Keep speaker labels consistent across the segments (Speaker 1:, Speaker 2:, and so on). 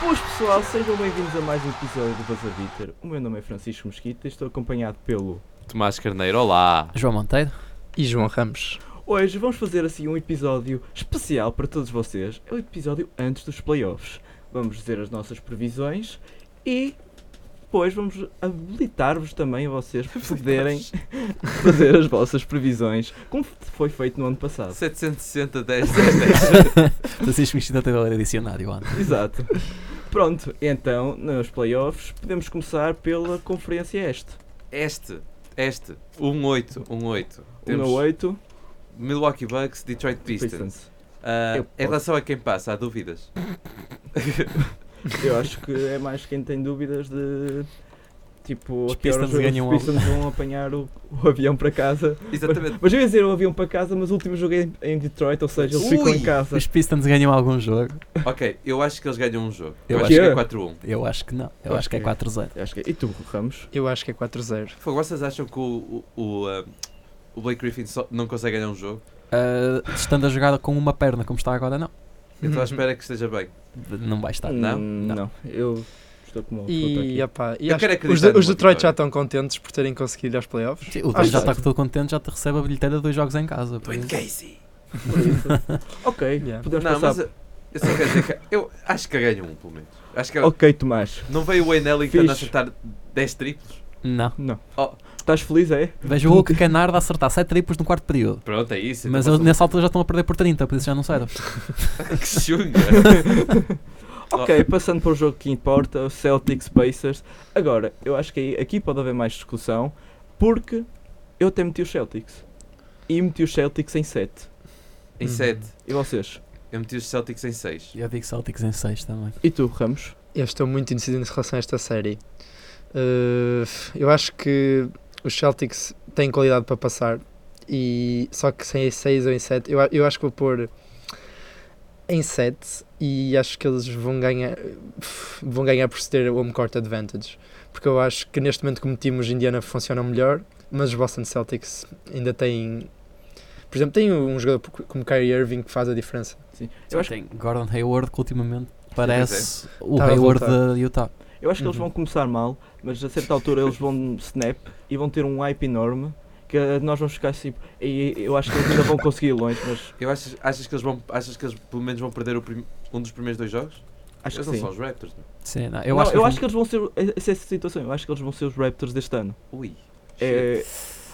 Speaker 1: Boas pessoal, sejam bem-vindos a mais um episódio do Bazaviter. O meu nome é Francisco Mesquita e estou acompanhado pelo.
Speaker 2: Tomás Carneiro, olá!
Speaker 3: João Monteiro e João Ramos.
Speaker 1: Hoje vamos fazer assim um episódio especial para todos vocês. É o episódio antes dos playoffs. Vamos dizer as nossas previsões e depois vamos habilitar-vos também a vocês para poderem fazer as vossas previsões, como foi feito no ano passado.
Speaker 2: 760, 10, 10, 10.
Speaker 3: Francisco Mesquita tem agora dicionário, Ana.
Speaker 1: Exato. Pronto, então, nos playoffs, podemos começar pela Conferência Este.
Speaker 2: Este, este, 1-8, 1-8.
Speaker 1: 1 a
Speaker 2: Temos
Speaker 1: 8,
Speaker 2: Milwaukee Bucks, Detroit Pistons.
Speaker 1: Pistons.
Speaker 2: Ah,
Speaker 1: Eu
Speaker 2: em
Speaker 1: posso.
Speaker 2: relação a quem passa, há dúvidas?
Speaker 1: Eu acho que é mais quem tem dúvidas de. Tipo,
Speaker 3: Os
Speaker 1: a que horas
Speaker 3: Pistons ganham
Speaker 1: os
Speaker 3: algo.
Speaker 1: Pistons vão apanhar o, o avião para casa.
Speaker 2: Exatamente.
Speaker 1: Mas eu ia dizer o avião para casa, mas o último jogo é em, em Detroit, ou seja, eles ficam
Speaker 2: Ui!
Speaker 1: em casa.
Speaker 3: Os Pistons ganham algum jogo?
Speaker 2: ok, eu acho que eles ganham um jogo. Eu,
Speaker 3: Eu
Speaker 2: acho
Speaker 1: acho
Speaker 2: que é
Speaker 1: que-
Speaker 2: 4-1.
Speaker 3: Eu acho que não. Eu acho que é
Speaker 1: Ok.
Speaker 3: 4-0.
Speaker 1: Eu Acho que... E tu, Ramos?
Speaker 4: Eu acho que é 4-0.
Speaker 2: Fogo, Vocês acham que o, o, o, ah, o Blake Griffin só- não consegue ganhar um jogo?
Speaker 3: Ah, estando a jogar com uma perna como está agora, não.
Speaker 2: Eu estou à espera que esteja bem.
Speaker 3: Tá, Não vai estar.
Speaker 2: não?
Speaker 1: Hum, Não, eu estou com uma
Speaker 4: E,
Speaker 1: aqui.
Speaker 4: opá, e
Speaker 2: Eu
Speaker 4: acho
Speaker 2: quero
Speaker 4: que os,
Speaker 2: acreditar
Speaker 4: os
Speaker 2: numa
Speaker 4: Detroit já
Speaker 2: vitória.
Speaker 4: estão contentes por terem conseguido ir aos playoffs.
Speaker 3: Sim, o
Speaker 4: Acho
Speaker 3: Dwayne já
Speaker 4: que
Speaker 3: está todo contente, já te recebe a bilheteira de dois jogos em casa. por isso.
Speaker 2: Casey!
Speaker 1: Por isso. ok,
Speaker 4: Yeah.
Speaker 1: podemos
Speaker 2: Não, mas
Speaker 1: passar.
Speaker 2: eu eu só quero dizer que eu acho que ganham um, pelo menos. Acho que
Speaker 1: Ok, Tomás.
Speaker 2: não veio o Wayne Ellington
Speaker 1: Fixe.
Speaker 2: a acertar 10 triplos.
Speaker 3: Não.
Speaker 1: Não.
Speaker 2: Oh.
Speaker 1: Estás feliz, é?
Speaker 3: Vejo o Hugo Canardo a acertar 7 triplos no quarto período.
Speaker 2: Pronto, é isso.
Speaker 3: Mas
Speaker 2: Então
Speaker 3: eu- nessa altura já estão a perder por 30, por isso já não serve.
Speaker 2: passa- que chunga!
Speaker 1: Ok, passando para o jogo que importa, o Celtics Pacers. Agora, eu acho que aí- aqui pode haver mais discussão, porque eu até meti os Celtics. E meti os Celtics em 7.
Speaker 2: Em 7,
Speaker 1: E vocês?
Speaker 2: eu meti os Celtics em 6.
Speaker 3: Eu digo Celtics em 6 também.
Speaker 1: E tu, Ramos?
Speaker 4: Eu estou muito indeciso em relação a esta série. Uh, eu acho que os Celtics têm qualidade para passar, e só que sem 6 ou em 7, eu, a- eu acho que vou pôr em 7 e acho que eles vão ganhar vão ganhar por ter o home court advantage. Porque eu acho que neste momento como time os Indiana funcionam melhor, mas os Boston Celtics ainda têm por exemplo, tem um jogador como Kyrie Irving que faz a diferença.
Speaker 1: Sim.
Speaker 3: Só
Speaker 1: Eu, acho,
Speaker 3: tem Gordon Hayward que ultimamente parece o
Speaker 4: Tá a
Speaker 3: Hayward
Speaker 4: voltar.
Speaker 3: de Utah.
Speaker 1: eu acho que eles
Speaker 4: Uhum.
Speaker 1: vão começar mal, mas a certa altura eles vão snap e vão ter um hype enorme que eh, nós vamos ficar assim. E eu acho que eles ainda vão conseguir ir longe, mas
Speaker 2: Eu achas, achas que eles vão, achas que eles pelo menos vão perder o prim- um dos primeiros dois jogos?
Speaker 1: acho
Speaker 2: eles
Speaker 1: que
Speaker 2: não
Speaker 1: sim.
Speaker 2: são os Raptors. não?
Speaker 3: Sim, não,
Speaker 1: Eu,
Speaker 3: eu
Speaker 1: não,
Speaker 3: acho que
Speaker 1: eu
Speaker 3: eles
Speaker 1: acho que eles vão ser. Essa é a situação. Eu acho que eles vão ser os Raptors deste ano.
Speaker 2: Ui.
Speaker 1: É,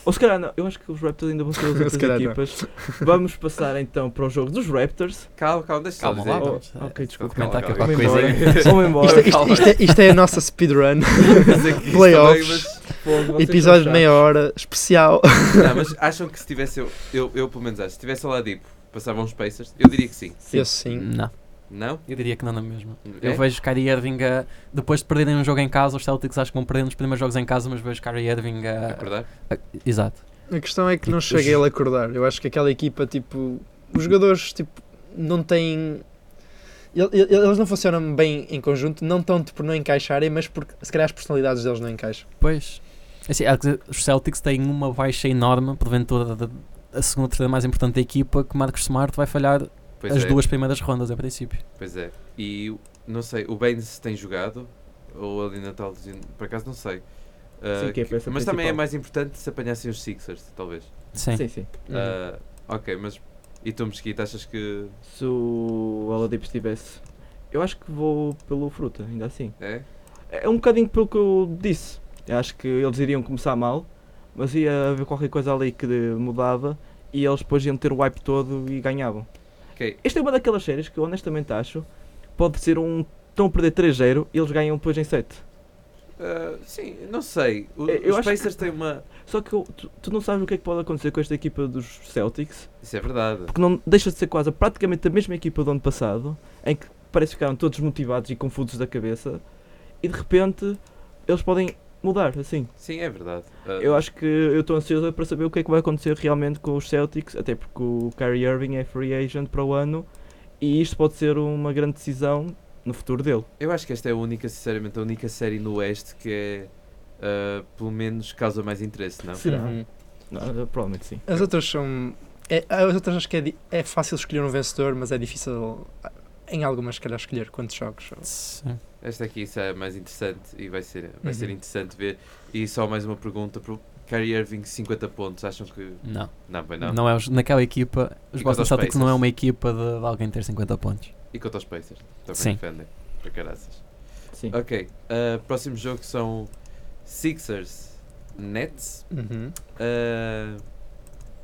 Speaker 1: Ou se calhar não, eu acho que os Raptors ainda vão ser as
Speaker 4: Se
Speaker 1: outras
Speaker 4: calhar não.
Speaker 1: equipas. Vamos passar então para o jogo dos Raptors.
Speaker 2: Calma, calma, deixa
Speaker 3: Calma
Speaker 2: só
Speaker 3: lá,
Speaker 2: dizer.
Speaker 1: Oh,
Speaker 3: vamos.
Speaker 1: ok, desculpa.
Speaker 3: comentar
Speaker 2: calma,
Speaker 3: aqui
Speaker 2: calma.
Speaker 3: qualquer
Speaker 1: Vamos embora.
Speaker 3: coisinha.
Speaker 1: Vamos embora.
Speaker 4: Isto, isto- isto é- isto é a nossa speedrun.
Speaker 2: Dizer que isto é
Speaker 4: Playoffs.
Speaker 2: também,
Speaker 1: Fogo, vocês
Speaker 4: Episódio de
Speaker 1: são
Speaker 4: meia hora, especial.
Speaker 2: mas- não, mas acham que se tivesse eu, eu, eu pelo menos acho, se tivesse lá Dipo, passavam os Pacers? Eu diria que sim.
Speaker 1: chatos.
Speaker 4: Eu sim.
Speaker 3: Não,
Speaker 2: Não?
Speaker 3: eu diria que não na mesma.
Speaker 2: É?
Speaker 3: Eu vejo Kyrie Irving a, depois de perderem um jogo em casa, os Celtics acho que vão perder nos primeiros jogos em casa, mas vejo Kyrie Irving a,
Speaker 2: Acordar?
Speaker 3: Exato.
Speaker 4: A questão é que não
Speaker 3: Os-
Speaker 4: chega ele a acordar. Eu acho que aquela equipa, tipo, os jogadores, tipo, não têm. ele- ele- Eles não funcionam bem em conjunto, não tanto por não encaixarem, mas porque se calhar as personalidades deles não encaixam.
Speaker 3: Pois. Assim, há que dizer, os Celtics têm uma baixa enorme, porventura da- a segunda ou terceira mais importante da equipa, que Marcos Smart vai falhar
Speaker 2: Pois
Speaker 3: as
Speaker 2: é,
Speaker 3: duas primeiras rondas, a princípio.
Speaker 2: Pois é. E não sei, o Baines tem jogado? Ou ali na tal. Por acaso não sei. Ah,
Speaker 1: Sim, que é a
Speaker 2: que-
Speaker 1: peça
Speaker 2: mas também é
Speaker 1: principal.
Speaker 2: mais importante se apanhassem os Sixers, talvez.
Speaker 3: Sim.
Speaker 1: Sim, sim.
Speaker 2: Ah, ok, mas. E tu, Mesquita, achas que.
Speaker 1: Se o Oladipo estivesse. Eu acho que vou pelo Fruta, ainda assim.
Speaker 2: É?
Speaker 1: É um bocadinho pelo que eu disse. Eu acho que eles iriam começar mal, mas ia haver qualquer coisa ali que mudava e eles depois iam ter o hype todo e ganhavam.
Speaker 2: Ok.
Speaker 1: Esta é uma daquelas séries que eu honestamente acho pode ser um. Estão a perder 3-0 e eles ganham depois em 7.
Speaker 2: Ah, sim, não sei.
Speaker 1: Eu-
Speaker 2: O-
Speaker 1: eu
Speaker 2: os
Speaker 1: acho que-
Speaker 2: Pacers têm uma.
Speaker 1: Só que eu- tu, tu não sabes o que é que pode acontecer com esta equipa dos Celtics,
Speaker 2: Isso é verdade.
Speaker 1: porque não deixa de ser quase praticamente a mesma equipa do ano passado, em que parece que ficaram todos motivados e confusos da cabeça, e de repente eles podem mudar, assim.
Speaker 2: Sim, é verdade. Ah,
Speaker 1: Eu acho que eu estou ansioso para saber o que é que vai acontecer realmente com os Celtics, até porque o Kyrie Irving é free agent para o ano e isto pode ser uma grande decisão no futuro dele.
Speaker 2: Eu acho que esta é a única, sinceramente, a única série no Oeste que é. ah, pelo menos causa mais interesse, não?
Speaker 1: Será?
Speaker 4: Uhum.
Speaker 1: Não, Ah, provavelmente sim.
Speaker 4: As outras são. É, as outras acho que é, di- é fácil escolher um vencedor, mas é difícil em algumas, se calhar, escolher quantos jogos.
Speaker 3: Sim.
Speaker 2: Esta aqui isso é mais interessante e vai ser, vai ser
Speaker 4: Uhum.
Speaker 2: interessante ver. E só mais uma pergunta para o Kyrie Irving, 50 pontos. Acham que.
Speaker 3: Não.
Speaker 2: Não, bem
Speaker 3: Não.
Speaker 2: não.
Speaker 3: é os- naquela equipa, os
Speaker 2: E quanto
Speaker 3: Boston
Speaker 2: aos
Speaker 3: Celtics não é
Speaker 2: Pacers?
Speaker 3: uma equipa de, de alguém ter 50 pontos.
Speaker 2: E quanto aos Pacers? Também
Speaker 3: Sim.
Speaker 2: defendem. Para caraças.
Speaker 1: Sim.
Speaker 2: Ok. ah, próximo jogo são Sixers Nets.
Speaker 4: Uhum.
Speaker 2: Ah,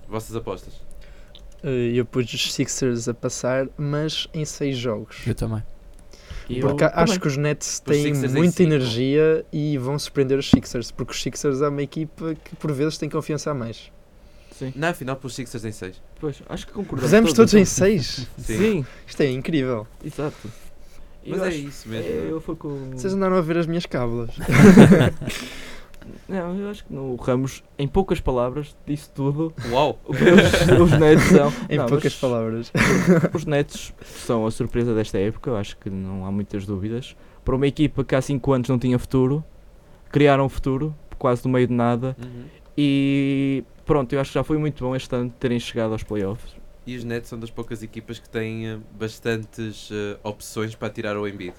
Speaker 2: vossas apostas.
Speaker 4: Eh, Eu pus os Sixers a passar, mas em seis jogos.
Speaker 3: Eu também.
Speaker 1: E eu
Speaker 4: Porque acho
Speaker 1: também.
Speaker 4: que os Nets
Speaker 2: Os
Speaker 4: têm
Speaker 2: Sixers em
Speaker 4: muita
Speaker 2: cinco.
Speaker 4: energia e vão surpreender os Sixers, porque os Sixers é uma equipa que por vezes tem confiança a mais.
Speaker 1: Sim.
Speaker 2: Na final, para os Sixers em 6.
Speaker 1: Pois, acho que concordamos.
Speaker 4: Fizemos todos em
Speaker 1: então.
Speaker 4: 6.
Speaker 1: Sim,
Speaker 4: Isto é incrível.
Speaker 2: Hum.
Speaker 1: exato. E
Speaker 2: Mas
Speaker 1: eu
Speaker 2: é
Speaker 1: acho-
Speaker 2: isso mesmo.
Speaker 1: é,
Speaker 2: não é?
Speaker 1: Eu fui com.
Speaker 4: Vocês andaram a ver as minhas cábulas.
Speaker 1: Não, eu acho que no Ramos, em poucas palavras, disse tudo
Speaker 2: Uau!
Speaker 1: o que os, os Nets são.
Speaker 4: em
Speaker 1: Não,
Speaker 4: poucas
Speaker 1: mas-
Speaker 4: palavras.
Speaker 1: Os Nets são a surpresa desta época, eu acho que não há muitas dúvidas. Para uma equipa que há 5 anos não tinha futuro, criaram um futuro, quase no meio de nada.
Speaker 2: Uhum.
Speaker 1: E pronto, eu acho que já foi muito bom este ano terem chegado aos playoffs.
Speaker 2: E os Nets são das poucas equipas que têm eh, bastantes eh, opções para tirar o Embiid.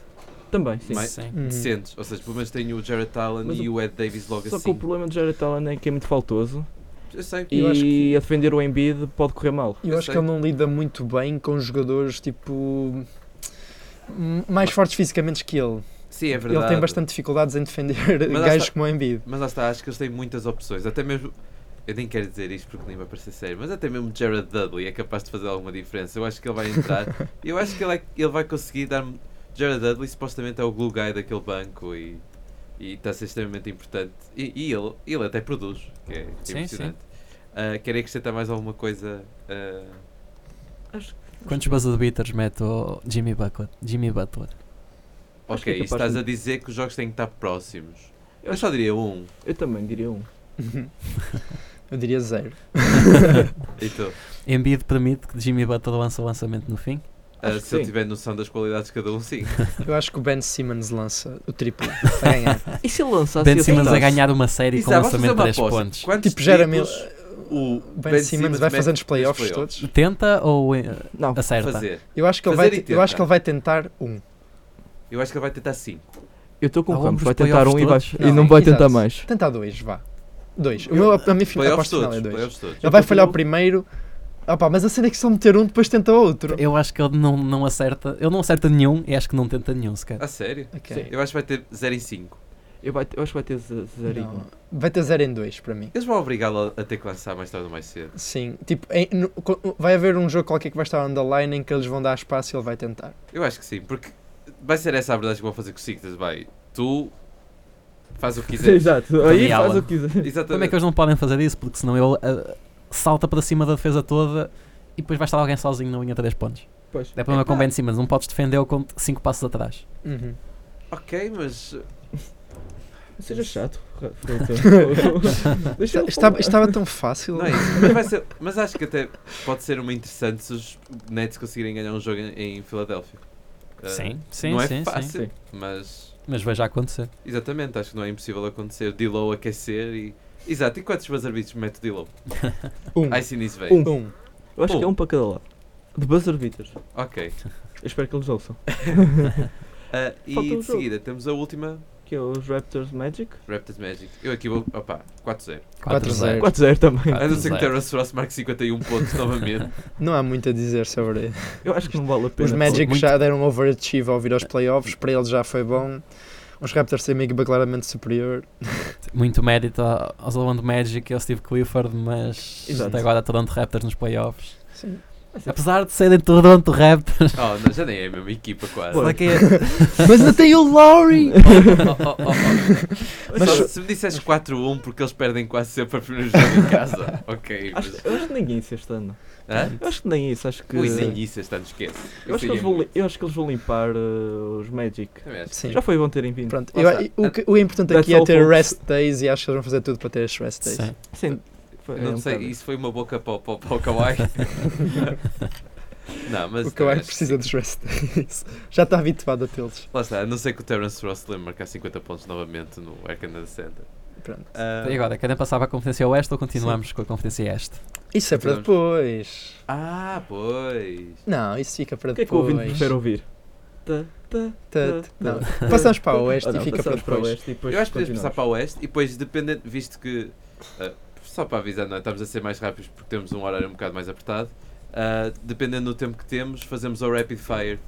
Speaker 1: Também, sim.
Speaker 2: Mas-
Speaker 3: Sim.
Speaker 4: Hum.
Speaker 2: Decentes. Ou seja, pelo menos tem o Jared Allen
Speaker 1: Uhum. Mas
Speaker 2: e o Ed Davis logo
Speaker 1: Só que
Speaker 2: assim.
Speaker 1: o problema do Jared Allen é que é muito faltoso
Speaker 2: Eu sei.
Speaker 1: e
Speaker 4: Eu acho que-
Speaker 1: a defender o Embiid pode correr mal.
Speaker 4: Eu
Speaker 2: Eu
Speaker 4: acho que
Speaker 2: sei.
Speaker 4: ele não lida muito bem com jogadores tipo. m- mais fortes fisicamente que ele.
Speaker 2: Sim, é verdade.
Speaker 4: Ele tem bastante dificuldades em defender
Speaker 2: Mas lá
Speaker 4: gajos
Speaker 2: está-
Speaker 4: como o Embiid.
Speaker 2: Mas lá está, acho que eles têm muitas opções. Até mesmo. Eu nem quero dizer isto porque nem vai parecer sério, mas até mesmo Jared Dudley é capaz de fazer alguma diferença. Eu acho que ele vai entrar. eu acho que ele, é- ele vai conseguir dar. Jared Dudley supostamente é o glue guy daquele banco e e está a ser extremamente importante. E, e ele, ele até produz, que é
Speaker 3: Sim,
Speaker 2: impressionante. Ah, querem acrescentar mais alguma coisa? ah,
Speaker 3: Quantos buzzer beaters mete o Jimmy Butler? Jimmy Butler.
Speaker 1: Acho que é
Speaker 2: ok,
Speaker 1: capaz
Speaker 2: estás
Speaker 1: de-
Speaker 2: a dizer que os jogos têm que estar próximos.
Speaker 1: Eu
Speaker 2: Eu só diria um.
Speaker 1: Eu também diria um.
Speaker 4: Eu diria zero.
Speaker 2: E tu?
Speaker 3: Embiid permite que Jimmy Butler lance o lançamento no fim?
Speaker 2: Ah,
Speaker 1: Acho que
Speaker 2: se ele
Speaker 1: sim.
Speaker 2: tiver noção das qualidades de cada um, sim.
Speaker 4: Eu acho que o Ben Simmons lança o triplo a ganhar.
Speaker 1: E se ele lançasse
Speaker 3: Ben
Speaker 1: e
Speaker 3: Simmons a
Speaker 1: acertasse?
Speaker 3: ganhar uma série com um
Speaker 2: Exato, vamos fazer
Speaker 3: lançamento de
Speaker 2: é, uma
Speaker 3: 3
Speaker 2: aposta.
Speaker 3: pontos.
Speaker 2: Quantos
Speaker 4: Tipo, gera mil.
Speaker 2: triplos o
Speaker 4: Ben, Simmons vai
Speaker 2: mete
Speaker 4: fazendo os
Speaker 2: nos
Speaker 4: playoffs
Speaker 2: é
Speaker 4: todos.
Speaker 3: Tenta ou eh,
Speaker 1: Não,
Speaker 3: acerta?
Speaker 2: Fazer.
Speaker 4: Eu acho que ele vai,
Speaker 2: Fazer e
Speaker 4: eu acho
Speaker 2: tentar.
Speaker 4: que ele vai tentar um.
Speaker 2: Eu acho que ele vai tentar 5.
Speaker 1: eu estou com
Speaker 3: Ah,
Speaker 1: o Ramos,
Speaker 3: vamos
Speaker 1: vai
Speaker 3: pros
Speaker 1: tentar um e, vai,
Speaker 3: playoffs
Speaker 1: e não vai
Speaker 4: Exato.
Speaker 1: tentar mais.
Speaker 4: Tentar dois, vá. Dois. O meu, a minha fin-
Speaker 2: Playoffs
Speaker 4: aposta final
Speaker 2: todos.
Speaker 4: é dois.
Speaker 2: Playoffs todos.
Speaker 4: Ele vai
Speaker 1: continuo-
Speaker 4: falhar o primeiro. Ah pá, mas a cena é que se ele meter um, depois tenta outro.
Speaker 3: Eu acho que ele não, não acerta. Ele não acerta nenhum e acho que não tenta nenhum sequer.
Speaker 2: A sério?
Speaker 4: Ok.
Speaker 1: Sim.
Speaker 2: Eu acho que vai ter 0 em 5.
Speaker 1: Eu, vai- eu acho que vai ter ze- zero e
Speaker 4: Não.
Speaker 1: um.
Speaker 4: Vai ter zero em dois para mim.
Speaker 2: Eles vão obrigá-lo a ter que lançar mais tarde ou mais cedo.
Speaker 4: Sim, tipo, em- no- co- vai haver um jogo qualquer que vai estar on the line em que eles vão dar espaço e ele vai tentar.
Speaker 2: Eu acho que sim, porque vai ser essa a verdade que vão fazer com o Sixers, vai. Tu faz o que quiseres.
Speaker 1: Exato, aí
Speaker 3: Tony
Speaker 1: faz
Speaker 3: Allen.
Speaker 1: o que quiser.
Speaker 2: Exatamente.
Speaker 3: Como é que eles não podem fazer isso? Porque senão ele ah, salta para cima da defesa toda e depois vai estar alguém sozinho na linha de 3 pontos.
Speaker 1: Pois. Então,
Speaker 3: É problema com o
Speaker 2: Epá.
Speaker 3: Ben Simmons. Não podes defender com 5 passos atrás.
Speaker 4: Uhum.
Speaker 2: Ok, mas
Speaker 1: Não seja chato, Ra- Freitas. Deixa
Speaker 4: Está-
Speaker 1: ele
Speaker 4: Estava,
Speaker 1: falar. um
Speaker 4: estava tão fácil.
Speaker 2: Não é isso, mas, vai ser- mas acho que até pode ser uma interessante se os Nets conseguirem ganhar um jogo em, em Filadélfia. Ah,
Speaker 3: Sim, sim,
Speaker 2: não é
Speaker 3: sim,
Speaker 2: fácil,
Speaker 1: sim.
Speaker 2: mas
Speaker 3: Mas vai já acontecer.
Speaker 2: exatamente, acho que não é impossível acontecer. Dilow aquecer e. Exato, e quantos buzzer beats mete o Dilow?
Speaker 4: Um.
Speaker 2: Ai, sim, isso veio.
Speaker 4: Um. um.
Speaker 1: Eu acho que é
Speaker 2: Um.
Speaker 1: um para cada lado. De buzzer beaters.
Speaker 2: Ok.
Speaker 1: Eu espero que eles ouçam.
Speaker 2: Ah, e
Speaker 1: Falta um
Speaker 2: de seguida temos a última
Speaker 1: Que é os Raptors Magic.
Speaker 2: Raptors Magic. Eu aqui vou. Opa, 4-0.
Speaker 3: 4-0.
Speaker 1: 4-0 também.
Speaker 2: A não ser que o
Speaker 3: 4-0.
Speaker 2: Terrence Ross marque 51 pontos novamente.
Speaker 4: Não há muito a dizer sobre
Speaker 1: Eu acho que não vale a pena.
Speaker 4: Os Magic
Speaker 3: Muito-
Speaker 4: já deram um overachieve ao vir aos playoffs, para eles já foi bom. Os Raptors têm uma equipa claramente superior.
Speaker 3: Muito mérito ao- aos Orlando Magic e ao Steve Clifford, mas
Speaker 1: Exato.
Speaker 3: até agora a Toronto Raptors nos playoffs. Apesar de serem Toronto Raptors.
Speaker 2: Oh, não, já nem é a mesma equipa quase.
Speaker 1: Pois.
Speaker 3: Será que é-
Speaker 4: Mas ainda tem o Lowry!
Speaker 2: Oh, oh, oh. Só se me dissesses 4-1 porque eles perdem quase sempre a primeiro jogo em casa, ok. Mas...
Speaker 1: Acho, eu acho que nem isso este ano.
Speaker 2: Hã?
Speaker 1: Eu acho que nem isso, acho que.
Speaker 2: O Izinguissa está, não esquece.
Speaker 1: Eu acho que, eles vão, li- eu acho que eles vão limpar eh, os Magic.
Speaker 2: Também acho.
Speaker 4: Sim.
Speaker 1: Já foi bom terem vindo.
Speaker 4: Pronto,
Speaker 1: Lá
Speaker 4: eu-
Speaker 1: está.
Speaker 4: o, que- o importante
Speaker 1: That's
Speaker 4: aqui é
Speaker 1: all,
Speaker 4: ter
Speaker 1: folks.
Speaker 4: rest days e acho que eles vão fazer tudo para ter esses rest days.
Speaker 3: Sim.
Speaker 1: Sim, foi- é
Speaker 2: Não
Speaker 1: um
Speaker 2: sei,
Speaker 1: bocado.
Speaker 2: isso foi uma boca para, o- para, o- para o Kawhi. não, mas.
Speaker 4: O Kawhi
Speaker 2: acho que
Speaker 4: precisa dos rest days. Já está habituado a tê-los.
Speaker 2: Lá está, a não ser que o Terence Rossler marcar 50 pontos novamente no Air Canada Center.
Speaker 4: Pronto.
Speaker 2: Ah,
Speaker 3: E agora, querem passar para a Conferência Oeste ou continuamos com a Conferência Este?
Speaker 4: Isso é para
Speaker 2: Continuamos.
Speaker 4: depois.
Speaker 2: Ah, pois.
Speaker 4: Não, isso fica para
Speaker 1: O que é
Speaker 4: depois.
Speaker 1: que o ouvinte prefere ouvir? Tá, tá,
Speaker 4: Tá, tá,
Speaker 1: tá,
Speaker 4: não.
Speaker 1: tá.
Speaker 4: Passamos para o Oeste
Speaker 1: Ah, não,
Speaker 4: e fica para
Speaker 1: passamos
Speaker 4: depois.
Speaker 1: o Oeste e depois
Speaker 2: Eu acho que podemos
Speaker 1: continuamos.
Speaker 2: passar para o Oeste e depois, dependendo, visto que. ah, só para avisar, não é? estamos a ser mais rápidos porque temos um horário um bocado mais apertado. Ah, dependendo do tempo que temos, fazemos o Rapid Fire.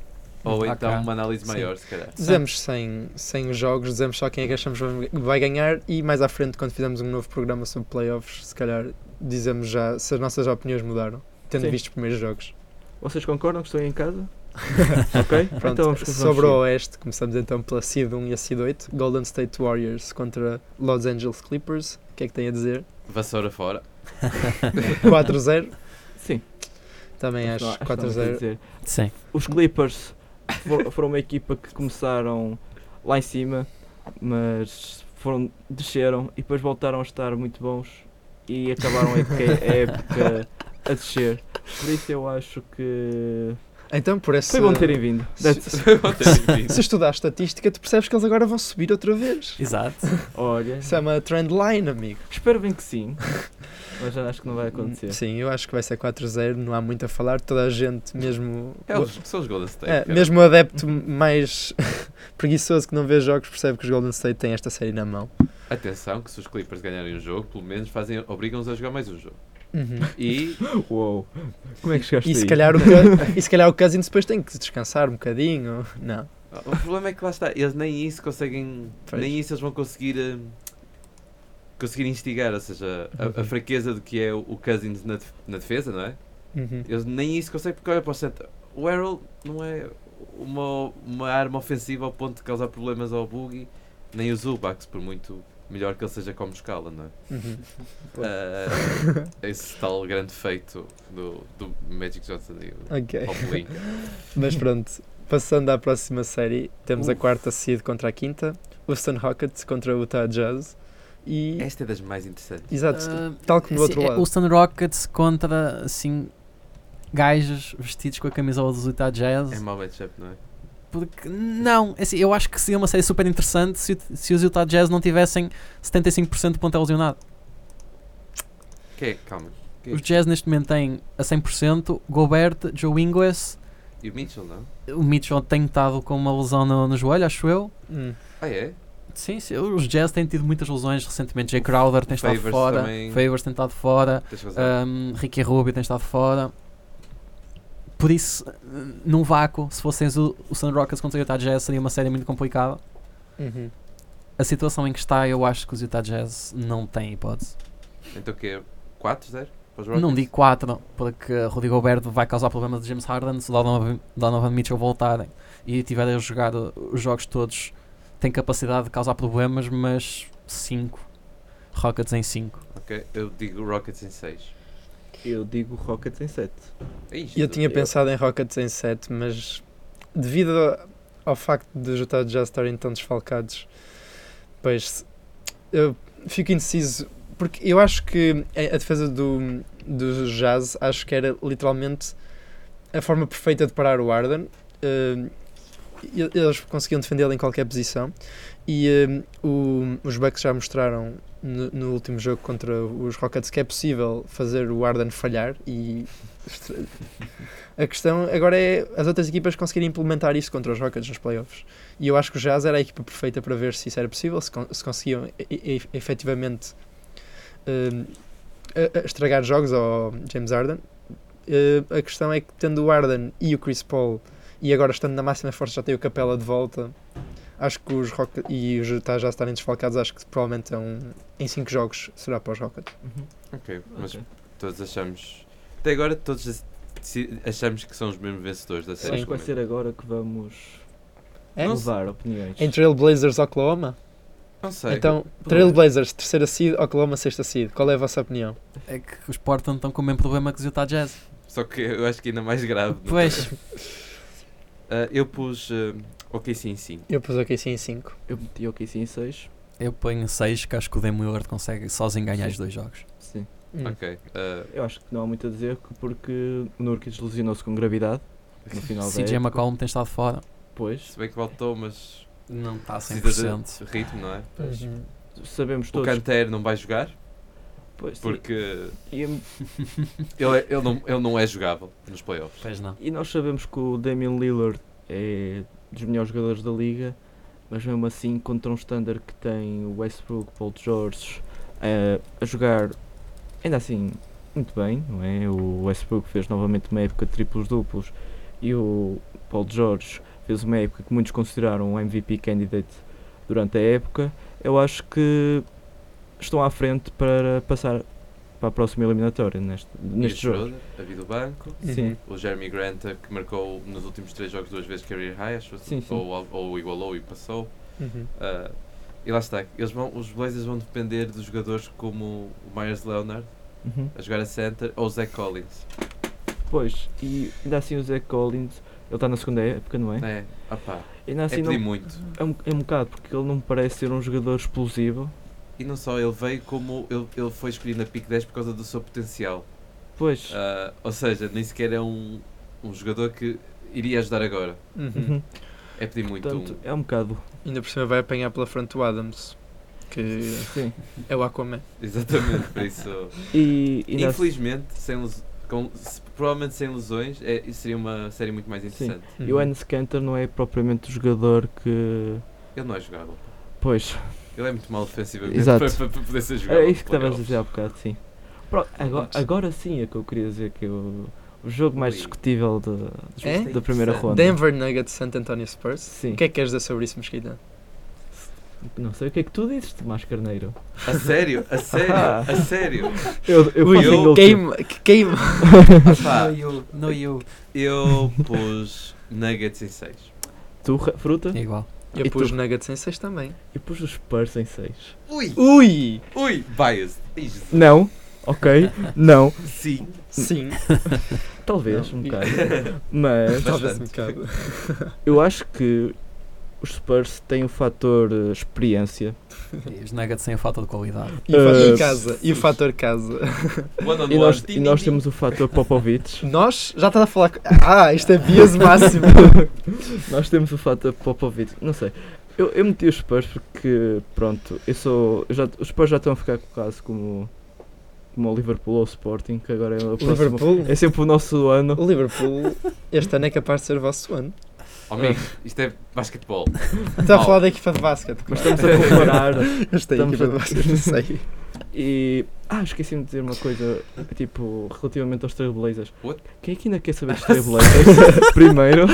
Speaker 2: Ou
Speaker 3: Ok.
Speaker 2: então uma análise
Speaker 4: Sim.
Speaker 2: maior, se calhar.
Speaker 4: Dizemos sem, sem os jogos, dizemos só quem é que achamos vai- vai ganhar e mais à frente, quando fizermos um novo programa sobre playoffs, se calhar dizemos já se as nossas opiniões mudaram, tendo
Speaker 1: Sim.
Speaker 4: visto os primeiros jogos.
Speaker 1: Vocês concordam que estou aí em casa? ok?
Speaker 4: Pronto,
Speaker 1: então vamos vamos
Speaker 4: sobre o
Speaker 1: seguir.
Speaker 4: Oeste, começamos então pela Seed 1 e a Seed 8, Golden State Warriors contra Los Angeles Clippers, o que é que tem a dizer?
Speaker 2: Vassoura fora.
Speaker 4: 4-0,
Speaker 1: Sim,
Speaker 4: é. também acho
Speaker 1: não, que não tem a
Speaker 4: 4-0.
Speaker 1: dizer.
Speaker 3: Sim.
Speaker 1: Os Clippers for- foram uma equipa que começaram lá em cima, mas foram, desceram e depois voltaram a estar muito bons e acabaram a época, a, época a descer. Por isso eu acho que
Speaker 4: Então, por esse...
Speaker 1: foi bom terem vindo. That's-
Speaker 2: Vão ter vindo.
Speaker 4: Se estudar estatística, tu percebes que eles agora vão subir outra vez.
Speaker 3: Exato.
Speaker 1: Olha,
Speaker 4: Isso é uma trendline, amigo.
Speaker 1: espero bem que sim, mas já acho que não vai acontecer.
Speaker 4: Sim, eu acho que vai ser 4-0, não há muito a falar. Toda a gente, mesmo.
Speaker 2: É, os- são os Golden State.
Speaker 4: É,
Speaker 2: cara.
Speaker 4: mesmo o adepto mais preguiçoso que não vê jogos percebe que os Golden State têm esta série na mão.
Speaker 2: Atenção que se os Clippers ganharem um jogo, pelo menos fazem, obrigam-os a jogar mais um jogo.
Speaker 4: Uhum.
Speaker 2: E
Speaker 1: Uou, como é que chegaste
Speaker 4: E, se
Speaker 1: aí?
Speaker 4: calhar o Cous- e se calhar o Cousins depois tem que descansar um bocadinho. Não.
Speaker 2: o problema é que lá está, eles nem isso conseguem,
Speaker 4: Pois.
Speaker 2: nem isso eles vão conseguir eh, conseguir instigar, ou seja, a- a,
Speaker 4: Uhum.
Speaker 2: fraqueza do que é o- o Cousins na, def- na defesa, não é?
Speaker 4: Uhum.
Speaker 2: Eles nem isso conseguem porque olha para o centro. O Errol não é uma, uma arma ofensiva ao ponto de causar problemas ao Boogie, nem o Zubax, por muito melhor que ele seja como escala, não é?
Speaker 4: Uhum.
Speaker 2: Ah, esse tal grande feito do, do Magic Johnson e o-
Speaker 4: Ok.
Speaker 2: ao Blink.
Speaker 4: Mas pronto, passando à próxima série, temos a quarta seed contra a quinta, o Sun Rockets contra o Utah Jazz e.
Speaker 2: Esta é das mais interessantes.
Speaker 4: Exato,
Speaker 3: Ah,
Speaker 4: tal como do outro
Speaker 3: sim, é,
Speaker 4: lado.
Speaker 3: O Sun Rockets contra, assim, gajos vestidos com a camisola dos Utah Jazz.
Speaker 2: É mau matchup, não é?
Speaker 3: Porque, não, assim, eu acho que seria uma série super interessante se, o- se os Utah Jazz não tivessem 75% de ponto lesionado.
Speaker 2: Que é, calma. Sim.
Speaker 3: Os Jazz neste momento têm a 100%, Gobert, Joe Ingles,
Speaker 2: E o Mitchell, não?
Speaker 3: o Mitchell tem estado com uma lesão no, no joelho, acho eu.
Speaker 4: Hum.
Speaker 2: Ah, é?
Speaker 3: Sim, sim, os Jazz têm tido muitas lesões recentemente. Jay Crowder tem estado
Speaker 2: Favors
Speaker 3: fora,
Speaker 2: também.
Speaker 3: Favors tem estado fora,
Speaker 2: Tens razão.
Speaker 3: um, Ricky Rubio tem estado fora. Por isso, num vácuo, se fossem os- o Sun Rockets contra o Utah Jazz, seria uma série muito complicada.
Speaker 4: Uhum.
Speaker 3: A situação em que está, eu acho que os Utah Jazz não têm hipótese.
Speaker 2: Então o quê? 4-0? Para os
Speaker 3: Não
Speaker 2: Rockets?
Speaker 3: digo 4, porque Rodrigo Alberto vai causar problemas de James Harden se Donovan, Donovan Mitchell voltarem e tiverem a jogar uh, os jogos todos. Tem capacidade de causar problemas, mas 5. Rockets em 5.
Speaker 2: Ok, eu digo Rockets em 6.
Speaker 1: Eu digo Rockets em 7.
Speaker 2: É
Speaker 4: Eu tinha pensado em Rockets em 7, mas devido a- ao facto de os Utah Jazz estarem tão desfalcados, pois eu fico indeciso, porque eu acho que a a defesa do, do Jazz acho que era literalmente a forma perfeita de parar o Arden. eles conseguiam defendê-lo em qualquer posição e eh, o- os Bucks já mostraram no, no último jogo contra os Rockets que é possível fazer o Arden falhar e a questão agora é as outras equipas conseguirem implementar isso contra os Rockets nos playoffs. E eu acho que o Jazz era a equipa perfeita para ver se isso era possível, se, con- se conseguiam e- e- efetivamente hum, a- a- estragar jogos ao James Harden. Eh, a questão é que tendo o Harden e o Chris Paul e agora estando na máxima força já tem o Capela de volta, acho que os Rockets e os Utah já estarem desfalcados, acho que provavelmente é um, em 5 jogos será para os Rockets.
Speaker 2: Ok, mas
Speaker 1: Uhum. Ok.
Speaker 2: todos achamos. Até agora todos deci- achamos que são os mesmos vencedores da série.
Speaker 1: Acho que vai
Speaker 2: pelo menos.
Speaker 1: ser agora que vamos
Speaker 4: É?
Speaker 1: levar opiniões.
Speaker 4: Em Trailblazers, Oklahoma?
Speaker 2: Não sei.
Speaker 4: Então, Trailblazers, terceira seed, Oklahoma, sexta seed. Qual é a vossa opinião?
Speaker 3: É que os Portland estão com o mesmo problema que os Utah Jazz.
Speaker 2: Só que eu acho que ainda mais grave. não
Speaker 3: Pois,
Speaker 2: é? Ah, eu pus. ah, ok, sim, sim.
Speaker 4: Eu pus aqui sim em 5.
Speaker 1: Eu meti o KC em 6.
Speaker 3: eu ponho 6 que acho que o Damian Lillard consegue sozinho ganhar os dois jogos.
Speaker 1: Sim.
Speaker 2: Ok. ah,
Speaker 1: Eu acho que não há muito a dizer que- porque o Nurkic lesionou-se com gravidade no final da
Speaker 3: CJ
Speaker 1: época.
Speaker 3: McCollum tem estado fora.
Speaker 1: Depois,
Speaker 2: se bem que voltou, mas.
Speaker 3: Não tá está a
Speaker 2: precisa
Speaker 3: 100%.
Speaker 2: de ritmo, não é?
Speaker 1: sabemos
Speaker 2: O
Speaker 1: todos.
Speaker 2: Canter não vai jogar
Speaker 1: Pois, sim.
Speaker 2: porque
Speaker 1: E,
Speaker 2: ele, é- ele, não, ele não é jogável nos playoffs.
Speaker 3: Pois não.
Speaker 1: e nós sabemos que o Damian Lillard é dos melhores jogadores da liga, mas mesmo assim, contra um standard que tem o Westbrook, Paul George eh, a jogar, ainda assim, muito bem, não é? O Westbrook fez novamente uma época de triplos-duplos e o Paul George fez uma época que muitos consideraram um MVP candidate durante a época. Eu acho que estão à frente para passar para a próxima eliminatória neste, neste
Speaker 2: E o
Speaker 1: jogo.
Speaker 2: Schroeder, a vida do banco.
Speaker 1: Sim.
Speaker 2: O Jeremy Grant, eh, que marcou nos últimos três jogos duas vezes career high, acho que
Speaker 1: Sim, sim.
Speaker 2: Ou, al- ou igualou e passou.
Speaker 4: Uhum.
Speaker 2: Ah, e lá está. Eles vão, os Blazers vão depender dos jogadores como o Myers Leonard
Speaker 1: Uhum.
Speaker 2: a jogar a center ou o Zach Collins.
Speaker 1: Pois, e ainda assim o Zé Collins, ele está na segunda época, não é?
Speaker 2: É, ah pá,
Speaker 1: Ainda
Speaker 2: é
Speaker 1: assim não,
Speaker 2: pedir muito.
Speaker 1: é, um, é um bocado, porque ele não me parece ser um jogador explosivo.
Speaker 2: E não só, ele veio como. Ele, ele foi escolhido na pick 10 por causa do seu potencial.
Speaker 1: Pois,
Speaker 2: Ah, ou seja, nem sequer é um, um jogador que iria ajudar agora.
Speaker 1: uhum.
Speaker 2: É pedir muito.
Speaker 1: portanto,
Speaker 2: um-
Speaker 1: é um bocado.
Speaker 4: Ainda por cima vai apanhar pela frente o Adams, que
Speaker 1: Sim.
Speaker 4: é o Aquaman.
Speaker 2: um, Exatamente, por isso.
Speaker 1: E, e ainda assim,
Speaker 2: Infelizmente, sem lus- com- se- provavelmente sem lesões, é, isso seria uma série muito mais interessante.
Speaker 4: Uhum.
Speaker 1: e o Enes Kanter não é propriamente o jogador que.
Speaker 2: Ele não é jogável.
Speaker 1: Pois,
Speaker 2: Ele é muito mal defensivamente
Speaker 1: Exato.
Speaker 2: Para, para- para poder ser jogável.
Speaker 1: é isso que
Speaker 2: nos
Speaker 1: estavas a
Speaker 2: playoffs.
Speaker 1: dizer há bocado, sim. Pro- agora, agora sim é que eu queria dizer que o, o jogo mais
Speaker 2: Ui.
Speaker 1: discutível da-
Speaker 4: É?
Speaker 1: da primeira
Speaker 2: Interessante.
Speaker 1: ronda.
Speaker 4: Denver Nuggets, San Antonio Spurs.
Speaker 1: Sim.
Speaker 4: O que é que queres dizer sobre isso, Mesquita?
Speaker 1: Não sei o que é que tu dizes, Tomás Carneiro.
Speaker 2: A sério, a sério,
Speaker 1: Ah.
Speaker 2: a sério.
Speaker 1: Eu, eu,
Speaker 2: Ui,
Speaker 1: faço
Speaker 2: eu-
Speaker 1: igual que tu.
Speaker 4: Game, que game.
Speaker 2: Pá,
Speaker 3: you. No you.
Speaker 2: eu pus Nuggets em 6.
Speaker 1: Tu, Ra- fruta?
Speaker 3: É igual.
Speaker 4: Eu
Speaker 1: E
Speaker 4: pus
Speaker 1: tu?
Speaker 4: Nuggets em 6 também.
Speaker 1: Eu pus os Spurs em 6.
Speaker 2: Ui,
Speaker 4: Ui!
Speaker 2: ui, biased. Isto,
Speaker 1: Não, ok, não,
Speaker 2: Sim,
Speaker 4: Sim,
Speaker 1: talvez um bocado. Mas
Speaker 4: talvez um
Speaker 2: Bastante.
Speaker 4: bocado.
Speaker 1: eu acho que os Spurs têm o fator eh, experiência.
Speaker 3: E os Nuggets sem a falta de qualidade.
Speaker 4: E o fa-
Speaker 1: Eh,
Speaker 4: e casa, e o fator casa.
Speaker 2: one on
Speaker 1: E nós,
Speaker 2: one.
Speaker 1: e nós temos o fator Popovich.
Speaker 4: Nós já estás a falar. co- Ah, isto é bias máximo.
Speaker 1: nós temos o fator Popovich. Não sei. Eu, eu meti os Spurs porque, pronto, eu sou. eu já, os Spurs já estão a ficar com o caso como, como o Liverpool ou o Sporting, que agora é o
Speaker 4: O
Speaker 1: próximo.
Speaker 4: Liverpool.
Speaker 1: É sempre o nosso ano.
Speaker 4: O Liverpool este ano é capaz de ser o vosso ano.
Speaker 2: Oh, amigo, isto é basquetebol.
Speaker 4: Estás
Speaker 2: Oh.
Speaker 4: a falar da equipa de basquete.
Speaker 1: Mas estamos a comparar.
Speaker 4: Esta é
Speaker 1: Estamos
Speaker 4: equipa
Speaker 1: a-
Speaker 4: de basquete, não sei.
Speaker 1: E. Ah, esqueci-me de dizer uma coisa, tipo, relativamente aos Trailblazers.
Speaker 2: What?
Speaker 1: Quem é que ainda quer saber dos Trailblazers? Primeiro,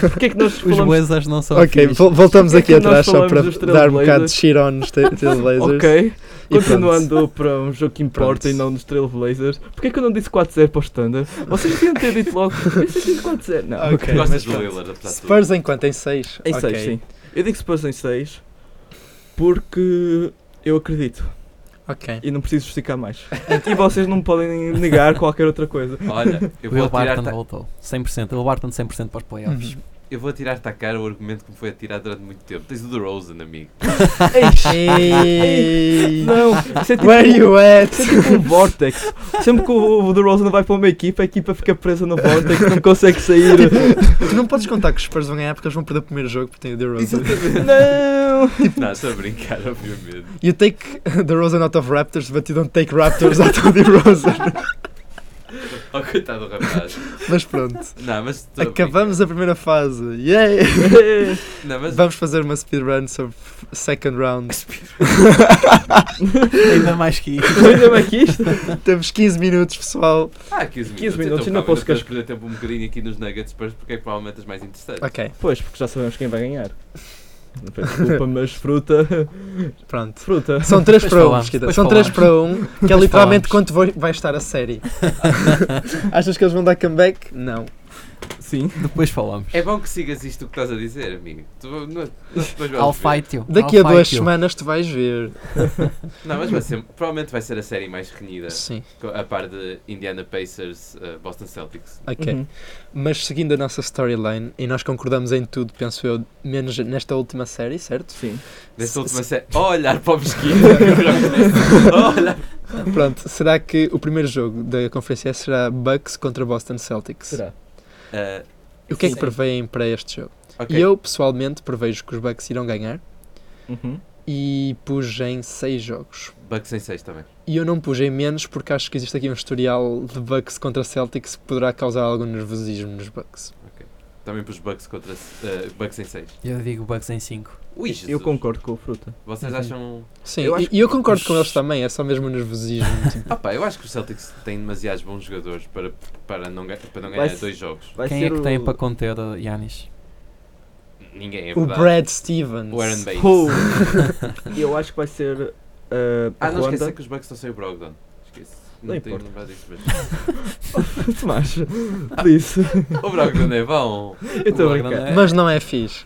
Speaker 1: porque é que nós
Speaker 3: Os
Speaker 1: falamos.
Speaker 3: Blazers não são
Speaker 4: Ok,
Speaker 3: fixe.
Speaker 4: vol- voltamos
Speaker 1: Porque
Speaker 4: aqui
Speaker 1: é que nós
Speaker 4: atrás só
Speaker 1: falamos
Speaker 4: para
Speaker 1: dos
Speaker 4: dar um bocado de
Speaker 1: Trailblazers?
Speaker 4: cheiro nos tra- Trailblazers.
Speaker 1: Ok,
Speaker 4: e pronto.
Speaker 1: continuando para um jogo que importa e
Speaker 4: Pronto.
Speaker 1: não dos Trailblazers, porque é que eu não disse 4-0 para o Standard? Vocês deviam ter dito logo, vocês dizem 4-0. Não,
Speaker 4: Ok,
Speaker 2: Gostas
Speaker 4: mas
Speaker 2: do
Speaker 4: pronto.
Speaker 2: Lillard, apesar de tudo.
Speaker 4: Spurs em quanto? Em 6?
Speaker 1: em 6, sim. Eu digo Spurs em 6, porque eu acredito
Speaker 4: Ok.
Speaker 1: e não preciso justificar mais. e vocês não me podem negar qualquer outra coisa.
Speaker 2: Olha, eu
Speaker 3: O Will
Speaker 2: vou tirar
Speaker 3: Barton voltou. 100%. O Will Barton 100% para os
Speaker 4: Uhum.
Speaker 3: playoffs.
Speaker 2: Eu vou atirar te à cara o argumento que me foi atirado durante muito tempo. Tens o DeRozan, amigo.
Speaker 4: Ei,
Speaker 1: Não, isso é tipo.
Speaker 4: Where you at?
Speaker 1: Isso é tipo um vortex. Sempre que o o DeRozan vai para uma equipa, a equipa fica presa no vortex, não consegue sair.
Speaker 4: Tu não podes contar que os Spurs vão ganhar porque eles vão perder o primeiro jogo porque tem o DeRozan.
Speaker 1: Não!
Speaker 2: Não, estou a brincar, obviamente.
Speaker 4: E o take DeRozan out of Raptors batido um take Raptors out of DeRozan.
Speaker 2: Oh, coitado do rapaz.
Speaker 4: Mas pronto,
Speaker 2: Não, mas estou a
Speaker 4: acabamos a primeira fase. Yeah!
Speaker 2: brincar. Não, mas
Speaker 4: Vamos fazer uma speedrun sobre f- second round.
Speaker 3: Ainda mais que isso.
Speaker 1: Ainda aqui isto?
Speaker 4: Temos 15 minutos, pessoal.
Speaker 2: Ah, 15 minutos.
Speaker 1: 15 minutos, ainda
Speaker 2: então,
Speaker 1: posso
Speaker 2: calma, ainda
Speaker 1: cascar.
Speaker 2: perder tempo um bocadinho aqui nos Nuggets Spurs porque é provavelmente as mais interessantes.
Speaker 4: Ok.
Speaker 1: Pois, porque já sabemos quem vai ganhar. Desculpa, mas fruta.
Speaker 4: Pronto.
Speaker 1: Fruta.
Speaker 4: São 3 para 1,
Speaker 3: falamos,
Speaker 4: Mesquita.
Speaker 3: depois
Speaker 4: São 3 para 1, que é
Speaker 3: Depois
Speaker 4: literalmente
Speaker 3: falamos.
Speaker 4: quanto vai vai estar a série. Achas que eles vão dar comeback? Não.
Speaker 1: Sim.
Speaker 3: Depois falamos.
Speaker 2: É bom que sigas isto que estás a dizer, amigo. Tu, não, não, depois vamos ver.
Speaker 3: Alfaitio.
Speaker 4: Daqui a duas
Speaker 3: Alfaitio.
Speaker 4: semanas tu vais ver.
Speaker 2: Não, mas vai ser, provavelmente vai ser a série mais
Speaker 3: É.
Speaker 2: renhida,
Speaker 4: Sim,
Speaker 2: co- a par de Indiana Pacers, eh, Boston Celtics.
Speaker 4: ok.
Speaker 1: Uhum.
Speaker 4: Mas seguindo a nossa storyline, e nós concordamos em tudo, penso eu, menos nesta última série, certo?
Speaker 1: Sim.
Speaker 2: Nesta
Speaker 4: Se-
Speaker 2: última
Speaker 4: se-
Speaker 2: série. Olhar para o mesquita. Olhar.
Speaker 4: Pronto, será que o primeiro jogo da conferência S será Bucks contra Boston Celtics?
Speaker 1: Será?
Speaker 2: Eh,
Speaker 4: O que é que
Speaker 2: Sim.
Speaker 4: preveem para este jogo?
Speaker 2: ok.
Speaker 4: E eu, pessoalmente, prevejo que os Bucks irão ganhar
Speaker 1: Uhum.
Speaker 4: e pus em 6 jogos.
Speaker 2: Bucks em 6 também.
Speaker 4: E eu não pus em menos porque acho que existe aqui um historial de Bucks contra Celtics que poderá causar algum nervosismo nos Bucks.
Speaker 2: Também pus Bucks contra eh, Bucks em 6.
Speaker 3: Eu digo Bugs em 5.
Speaker 2: Ui,
Speaker 1: Eu
Speaker 2: Jesus.
Speaker 1: concordo com o fruta.
Speaker 2: Vocês acham.
Speaker 4: Sim,
Speaker 1: Eu
Speaker 4: e
Speaker 1: acho
Speaker 4: e eu concordo com eles também, é só mesmo o nervosismo. tipo,
Speaker 2: Ah pá, eu acho que os Celtics têm demasiados bons jogadores para, para, não, ga- para não
Speaker 1: Vai
Speaker 2: ganhar
Speaker 1: ser-
Speaker 2: dois jogos.
Speaker 1: Vai
Speaker 3: Quem é
Speaker 1: ser
Speaker 3: que
Speaker 1: o...
Speaker 3: tem para conter uh, Yanis?
Speaker 2: Ninguém é
Speaker 4: o
Speaker 2: verdade.
Speaker 4: Brad Stevens.
Speaker 2: O Aaron Bates.
Speaker 1: Oh. E eu acho que vai ser uh, a
Speaker 2: Ah, não
Speaker 1: Ronda.
Speaker 2: esqueci que os Bucks estão sem o Brogdon. Esqueci.
Speaker 1: Não
Speaker 2: Não tenho
Speaker 1: importa.
Speaker 2: lembrado disso, mas.
Speaker 1: Tomás, disse.
Speaker 2: O Brogdon é bom.
Speaker 1: Eu estou a
Speaker 3: Brogdon
Speaker 1: brincar.
Speaker 3: é-
Speaker 4: Mas não é fixe.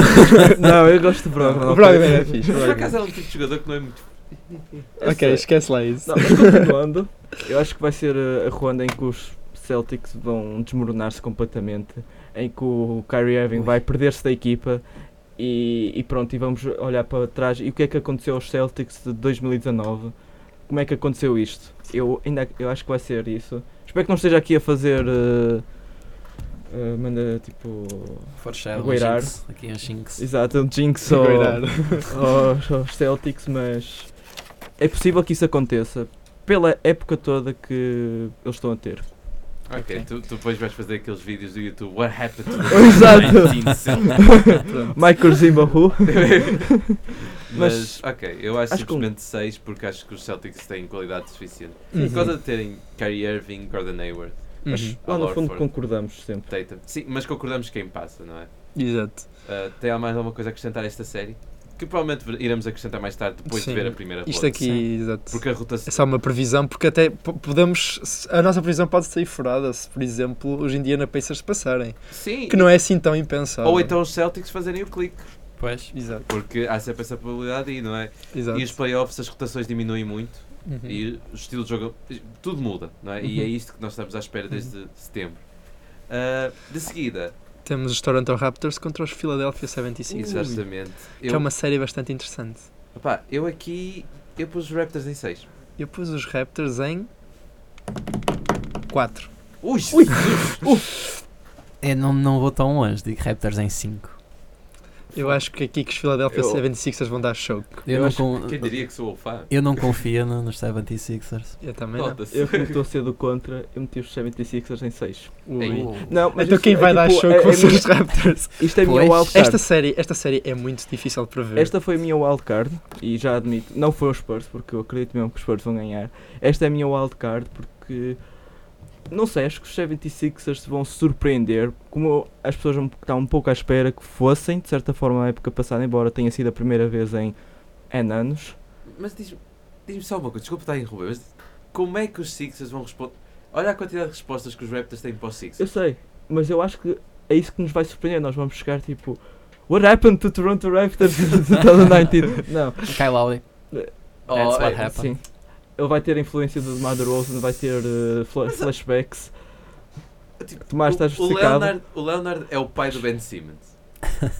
Speaker 1: não, eu gosto de Brogdon.
Speaker 4: O
Speaker 1: ok.
Speaker 4: Brogdon é fixe.
Speaker 2: Por acaso é um tipo de jogador que não é muito.
Speaker 1: Eu
Speaker 4: Ok,
Speaker 1: sei.
Speaker 4: esquece lá isso.
Speaker 1: Não, mas continuando, eu acho que vai ser uh, a Ruanda em que os Celtics vão desmoronar-se completamente, em que o Kyrie Irving
Speaker 3: Ui.
Speaker 1: vai perder-se da equipa e, e pronto, e vamos olhar para trás. E o que é que aconteceu aos Celtics de 2019? Como é que aconteceu isto? Eu ainda ac- eu acho que vai ser isso. Espero que não esteja aqui a fazer. uh, uh, manda tipo.
Speaker 3: Foreshadow.
Speaker 1: Guairar.
Speaker 3: Jinx. Aqui em Jinx.
Speaker 1: Exato, um jinx ou,
Speaker 4: Guardar.
Speaker 1: aos, aos Celtics, mas é possível que isso aconteça pela época toda que eles estão a ter.
Speaker 2: Ok, Tu, tu depois vais fazer aqueles vídeos do YouTube What Happened to
Speaker 1: Exato.
Speaker 2: the 19 Celtics.
Speaker 1: Michael Zimbahu.
Speaker 2: Mas, ok, eu acho,
Speaker 1: acho que um-
Speaker 2: simplesmente 6 porque acho que os Celtics têm qualidade suficiente. Por
Speaker 4: Uhum.
Speaker 2: causa de terem Kyrie Irving, Gordon Hayward,
Speaker 4: Uhum.
Speaker 1: Lá no
Speaker 2: Al
Speaker 1: fundo
Speaker 2: Horford.
Speaker 1: concordamos sempre.
Speaker 2: Tatum. Sim, mas concordamos quem passa, não é?
Speaker 4: Exato.
Speaker 2: Uh, tem mais alguma coisa a acrescentar a esta série? Que provavelmente ver- iremos acrescentar mais tarde, depois
Speaker 4: Sim,
Speaker 2: de ver a primeira
Speaker 4: Isto
Speaker 2: ronda.
Speaker 4: aqui,
Speaker 3: Sim.
Speaker 4: exato.
Speaker 2: Porque a rotação.
Speaker 4: É só uma previsão, porque até po- podemos. se- A nossa previsão pode sair furada se, por exemplo, os Indiana Pacers passarem.
Speaker 2: Sim,
Speaker 4: Que não é assim tão impensável.
Speaker 2: ou então os Celtics fazerem o clique,
Speaker 3: Pois.
Speaker 4: Exato,
Speaker 2: porque há sempre essa probabilidade aí, não é?
Speaker 4: exato.
Speaker 2: E os playoffs, as rotações diminuem muito
Speaker 4: Uhum.
Speaker 2: e o estilo de jogo, tudo muda, não é? E é isto que nós estamos à espera
Speaker 4: Uhum.
Speaker 2: desde setembro. Uh, de seguida,
Speaker 4: Temos os Toronto Raptors contra os Philadelphia 76ers.
Speaker 2: exatamente,
Speaker 4: Que é
Speaker 2: eu,
Speaker 4: uma série bastante interessante.
Speaker 2: opá, eu aqui, eu pus os Raptors em 6.
Speaker 4: Eu pus os Raptors em. 4.
Speaker 2: Ui, Jesus!
Speaker 3: Eu não, não vou tão longe. Digo Raptors em 5.
Speaker 4: Eu acho que aqui que os Philadelphia
Speaker 1: Eu-
Speaker 4: 76ers vão dar show.
Speaker 3: Eu,
Speaker 1: Eu
Speaker 3: não
Speaker 1: acho
Speaker 3: con-
Speaker 2: Quem diria que sou o fã?
Speaker 3: eu não confio no- nos 76ers.
Speaker 4: Eu também não.
Speaker 2: Nota-se.
Speaker 1: Eu como estou a ser do contra, eu meti os 76ers em 6.
Speaker 3: um.
Speaker 2: Ei.
Speaker 4: Ui.
Speaker 1: Não,
Speaker 4: Então
Speaker 1: isso
Speaker 4: quem
Speaker 1: é
Speaker 4: vai dar
Speaker 1: tipo-
Speaker 4: show
Speaker 1: é-
Speaker 4: que
Speaker 1: é
Speaker 4: vão ser
Speaker 1: minha-
Speaker 4: os Raptors?
Speaker 1: Isto é a minha
Speaker 3: Pois.
Speaker 1: wildcard.
Speaker 4: Esta série, esta série é muito difícil de prever.
Speaker 1: Esta foi a minha wildcard e já admito, não foi os Spurs, porque eu acredito mesmo que os Spurs vão ganhar. Esta é a minha wildcard porque não sei, acho que os 76ers vão surpreender, como as pessoas um- estão um pouco à espera que fossem, de certa forma, a época passada, embora tenha sido a primeira vez em N anos.
Speaker 2: Mas diz-me diz só uma coisa, desculpa estar a interromper, mas como é que os Sixers vão responder? Olha a quantidade de respostas que os Raptors têm para os
Speaker 1: Eu
Speaker 2: Sixers.
Speaker 1: sei, mas eu acho que é isso que nos vai surpreender. Nós vamos chegar tipo. What happened to Toronto Raptors in 2019? Não,
Speaker 3: Kyle Lowry. That's
Speaker 2: Oh,
Speaker 3: what
Speaker 2: é-
Speaker 3: happened.
Speaker 1: sim. Ele vai ter a influência do Mother Rosen, vai ter eh, fla- flashbacks.
Speaker 2: tipo,
Speaker 1: Tomás,
Speaker 2: o-
Speaker 1: estás
Speaker 2: o
Speaker 1: justificado.
Speaker 2: Leonard, o Leonard é o pai do Ben Simmons.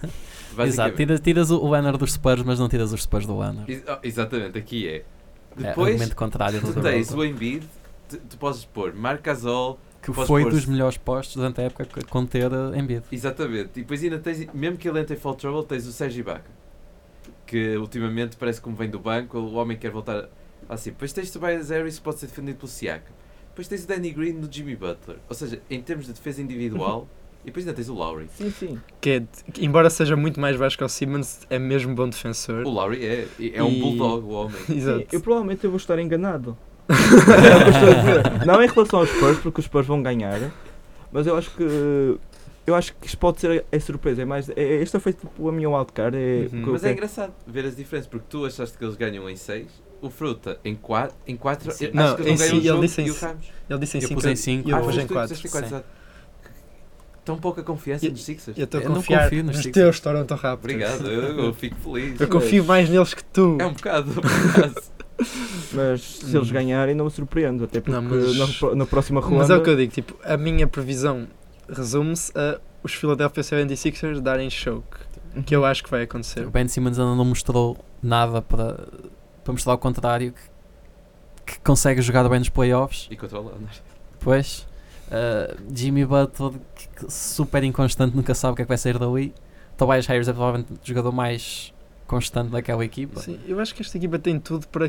Speaker 3: Exato.
Speaker 2: Basicamente.
Speaker 3: Tiras, tiras o Leonard dos Spurs, mas não tiras os Spurs do Leonard.
Speaker 2: Ex- oh, exatamente, aqui é.
Speaker 3: é,
Speaker 2: Depois,
Speaker 3: argumento contrário do
Speaker 2: tu tens
Speaker 3: Toronto,
Speaker 2: o Embiid, tu, tu podes pôr Marc Gasol,
Speaker 3: que
Speaker 2: podes
Speaker 3: foi
Speaker 2: pôr-
Speaker 3: dos melhores postos durante a época que- com ter uh, Embiid.
Speaker 2: exatamente, e depois ainda tens, mesmo que ele entre em Fall Trouble, tens o Sergi Baca, que ultimamente parece como vem do banco, o homem quer voltar assim. Depois tens o Tobias Harris, que pode ser defendido pelo Siakam. Depois tens o Danny Green no Jimmy Butler, ou seja, em termos de defesa individual, e depois ainda tens o Lowry.
Speaker 1: Sim, sim.
Speaker 4: que, é- que embora seja muito mais baixo que o Simmons, é mesmo bom defensor.
Speaker 2: O Lowry é, é um
Speaker 4: E-
Speaker 2: bulldog, o homem.
Speaker 4: Exato.
Speaker 1: Eu provavelmente eu vou estar enganado. É o que eu estou a dizer. não em relação aos Spurs, porque os Spurs vão ganhar, mas eu acho que eu acho que isto pode ser a, a surpresa. É mais, é, esta foi tipo a minha wildcard. É,
Speaker 5: Uhum.
Speaker 1: o que eu
Speaker 2: Mas é
Speaker 1: quero.
Speaker 2: engraçado ver as diferenças, porque tu achaste que eles ganham em 6, o Fruta em 4, em 4 acho
Speaker 4: Não,
Speaker 2: que
Speaker 4: em
Speaker 2: eles
Speaker 4: si,
Speaker 2: não
Speaker 4: ele
Speaker 2: ganham o
Speaker 4: disse
Speaker 2: jogo
Speaker 4: em
Speaker 2: e o
Speaker 4: si.
Speaker 2: Ramos.
Speaker 4: Ele disse em
Speaker 3: Eu
Speaker 4: 5
Speaker 3: pus em cinco,
Speaker 4: e eu
Speaker 3: ah,
Speaker 4: pus
Speaker 2: mas
Speaker 4: em
Speaker 2: tu
Speaker 4: 4.
Speaker 2: disseste em quatro,
Speaker 3: sim.
Speaker 2: exato. Tão pouca confiança
Speaker 4: Eu-
Speaker 2: nos Sixers.
Speaker 4: Eu estou a
Speaker 3: Eu não
Speaker 4: confiar
Speaker 3: confio nos
Speaker 4: nos
Speaker 3: Sixers.
Speaker 4: teus Toronto Raptors.
Speaker 2: Obrigado, eu, eu fico feliz.
Speaker 4: Eu confio mais neles que tu.
Speaker 2: É um bocado, por acaso.
Speaker 1: Mas se eles
Speaker 4: Hum.
Speaker 1: ganharem, não me surpreendo. Até porque
Speaker 4: Não, mas-
Speaker 1: na, pro- na próxima ronda.
Speaker 4: Mas é o que eu digo, tipo, a minha previsão resume-se a os Philadelphia 76ers darem choke, que eu acho que vai acontecer.
Speaker 3: O Ben Simmons ainda não mostrou nada para, para mostrar ao contrário que, que consegue jogar bem nos playoffs.
Speaker 2: E controla, André.
Speaker 3: Pois, ah, Jimmy Butler, que- que super inconstante, nunca sabe o que é que vai sair dali. Tobias Harris é provavelmente o jogador mais constante daquela equipa.
Speaker 4: Sim, eu acho que esta equipa tem tudo para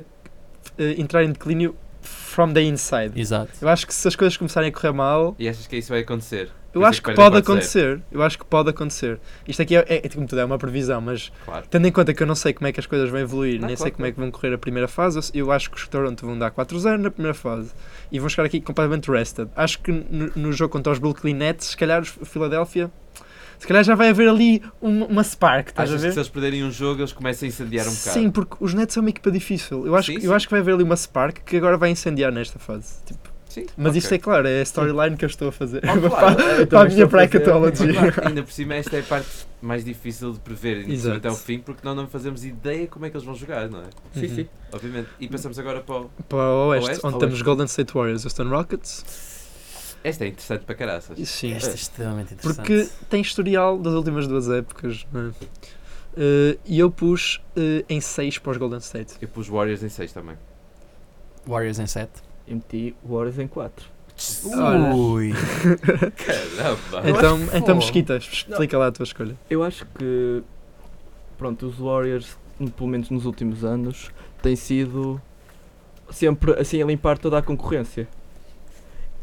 Speaker 4: eh, entrar em declínio from the inside.
Speaker 3: Exato.
Speaker 4: Eu acho que se as coisas começarem a correr mal,
Speaker 2: E achas que isso vai acontecer? Por
Speaker 4: eu
Speaker 2: isso
Speaker 4: acho
Speaker 2: é que
Speaker 4: que
Speaker 2: perdem
Speaker 4: pode
Speaker 2: 4-0.
Speaker 4: acontecer. Eu acho que pode acontecer. Isto aqui é, é, é, como tudo, é uma previsão, mas
Speaker 2: Claro.
Speaker 4: tendo em conta que eu não sei como é que as coisas vão evoluir,
Speaker 2: Não,
Speaker 4: nem
Speaker 2: claro,
Speaker 4: sei como é
Speaker 2: claro.
Speaker 4: que vão correr a primeira fase, eu, eu acho que os Toronto vão dar 4-0 na primeira fase e vão chegar aqui completamente rested. Acho que no, no jogo contra os Brooklyn Nets, se calhar os Philadelphia, se calhar já vai haver ali uma, uma spark, estás a
Speaker 2: Achas
Speaker 4: ver?
Speaker 2: que se eles perderem um jogo, eles começam a incendiar um bocado?
Speaker 4: Sim, porque os Nets são uma equipa difícil. Eu acho,
Speaker 2: Sim,
Speaker 4: que-
Speaker 2: sim.
Speaker 4: Eu acho que vai haver ali uma Spark que agora vai incendiar nesta fase. Tipo,
Speaker 2: Sim,
Speaker 4: mas
Speaker 2: ok.
Speaker 4: isto é claro, é a storyline que eu estou a fazer.
Speaker 2: Oh, claro,
Speaker 4: para
Speaker 2: eu
Speaker 4: para a
Speaker 1: também estou a
Speaker 4: minha
Speaker 1: fazer.
Speaker 4: bracketology.
Speaker 2: Claro, ainda por cima, esta é a parte mais difícil de prever e
Speaker 4: Exato.
Speaker 2: até ao fim, porque nós não fazemos ideia como é que eles vão jogar, não é?
Speaker 1: Sim, sim.
Speaker 2: Obviamente. E passamos agora para o.
Speaker 4: Para o Oeste,
Speaker 2: Oeste?
Speaker 4: onde
Speaker 2: Oeste.
Speaker 4: temos Golden State Warriors e Houston Rockets.
Speaker 2: Esta é interessante para caraças.
Speaker 4: E Sim,
Speaker 3: Este é extremamente interessante.
Speaker 4: porque tem historial das últimas duas épocas. não é? Eh, e eu pus eh, em 6 para os Golden State.
Speaker 2: Eu pus Warriors em 6 também.
Speaker 3: Warriors em 7.
Speaker 1: Eu meti o Warriors em 4.
Speaker 4: Olha.
Speaker 3: Ui!
Speaker 2: Caramba!
Speaker 3: Eu
Speaker 4: Então,
Speaker 3: acho
Speaker 4: então
Speaker 3: fogo.
Speaker 4: Mesquita, explica lá a tua escolha.
Speaker 1: Eu acho que. Pronto, os Warriors, pelo menos nos últimos anos, têm sido sempre assim a limpar toda a concorrência.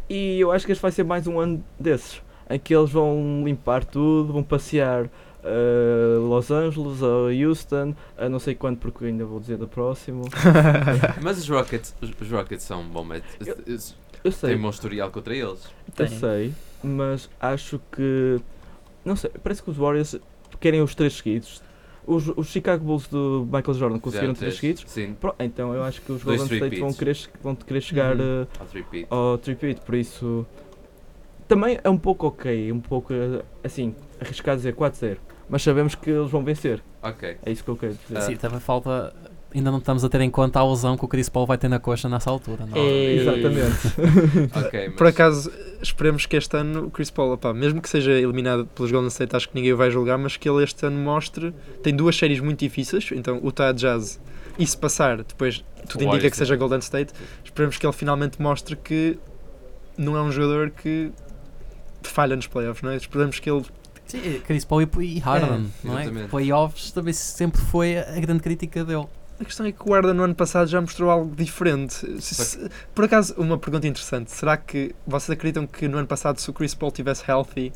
Speaker 1: E eu acho que este vai ser mais um ano desses em que eles vão limpar tudo, vão passear a Los Angeles, a Houston, a não sei quando, porque eu ainda vou dizer do próximo.
Speaker 2: Mas os Rockets, os os Rockets são um bom match. Eles-
Speaker 1: Eu sei.
Speaker 2: Tem um bom historial contra eles.
Speaker 1: Eu
Speaker 4: Tem.
Speaker 1: sei, mas acho que. Não sei, parece que os Warriors querem os três seguidos. Os, os Chicago Bulls do Michael Jordan conseguiram
Speaker 2: Fizeram
Speaker 1: três
Speaker 2: três.
Speaker 1: seguidos.
Speaker 2: Sim,
Speaker 1: Pro- então eu acho que os
Speaker 2: Dois
Speaker 1: Golden State vão querer, che- vão querer chegar
Speaker 4: Uhum.
Speaker 1: eh,
Speaker 2: ao three-peat.
Speaker 1: ao tripit, por isso. Também é um pouco ok, um pouco eh, assim, arriscado dizer 4-0. Mas sabemos que eles vão vencer.
Speaker 2: Ok.
Speaker 1: É isso que eu quero dizer.
Speaker 3: Sim, também falta. Ainda não estamos a ter em conta a lesão que o Chris Paul vai ter na coxa nessa altura, não é?
Speaker 4: Eh,
Speaker 1: Exatamente.
Speaker 2: Ok, mas
Speaker 4: Por acaso, esperemos que este ano o Chris Paul, opá, mesmo que seja eliminado pelos Golden State, acho que ninguém o vai julgar, mas que ele este ano mostre. Tem duas séries muito difíceis, então Utah Jazz, e se passar, depois tudo indica
Speaker 2: Warriors,
Speaker 4: que seja Golden State. Esperemos que ele finalmente mostre que não é um jogador que falha nos playoffs, não é? Esperemos que ele.
Speaker 3: Sim, Chris Paul e- e Harden, não é?
Speaker 2: exatamente.
Speaker 3: Playoffs também sempre foi a grande crítica dele.
Speaker 4: A questão é que o Arda no ano passado já mostrou algo diferente. Se- se- por acaso, uma pergunta interessante: será que vocês acreditam que no ano passado, se o Chris Paul tivesse healthy,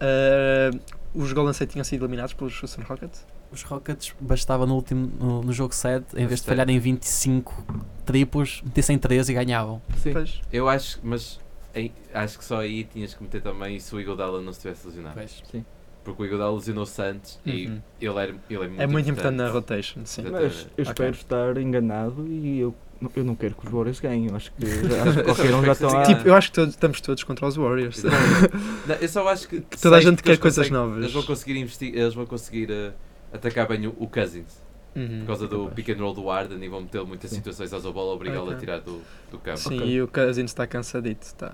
Speaker 4: eh, os Golden State tinham sido eliminados pelos Houston Rockets?
Speaker 3: Os Rockets bastava no, último, no, no jogo 7, em vez de
Speaker 2: Bastava.
Speaker 3: falharem 25 triplos, metessem 13 e ganhavam.
Speaker 1: Sim.
Speaker 4: Pois.
Speaker 2: eu acho, mas em- acho que só aí tinhas que meter também se o Iguodala não se tivesse lesionado.
Speaker 3: Pois.
Speaker 2: Porque o Iguodala lesionou-se antes e
Speaker 4: Uhum.
Speaker 2: ele, era, ele é muito
Speaker 4: É muito importante na rotation, sim.
Speaker 2: Exato.
Speaker 1: Mas eu
Speaker 4: Ok.
Speaker 1: espero estar enganado e eu, eu não quero que os Warriors ganhem. Eu acho que, já, acho
Speaker 2: Eu
Speaker 1: que qualquer um já
Speaker 2: espero
Speaker 1: está
Speaker 2: que
Speaker 1: lá.
Speaker 2: Ah. sim.
Speaker 4: Tipo, eu acho que todos- estamos todos contra os Warriors.
Speaker 2: Exatamente. Não, eu só acho que,
Speaker 4: Que toda a
Speaker 2: sei
Speaker 4: gente quer
Speaker 2: eles
Speaker 4: coisas
Speaker 2: conseguem- Eles
Speaker 4: novas.
Speaker 2: vão conseguir investir, eles vão conseguir eh, atacar bem o, o Cousins
Speaker 4: Uhum.
Speaker 2: por causa do
Speaker 4: Capaz.
Speaker 2: pick and roll do Arden e vão meter muitas situações aos bola, obrigá-lo a
Speaker 4: Ok.
Speaker 2: tirar do, do campo.
Speaker 4: Sim,
Speaker 1: Ok.
Speaker 4: e o Cousins está cansadito. Tá.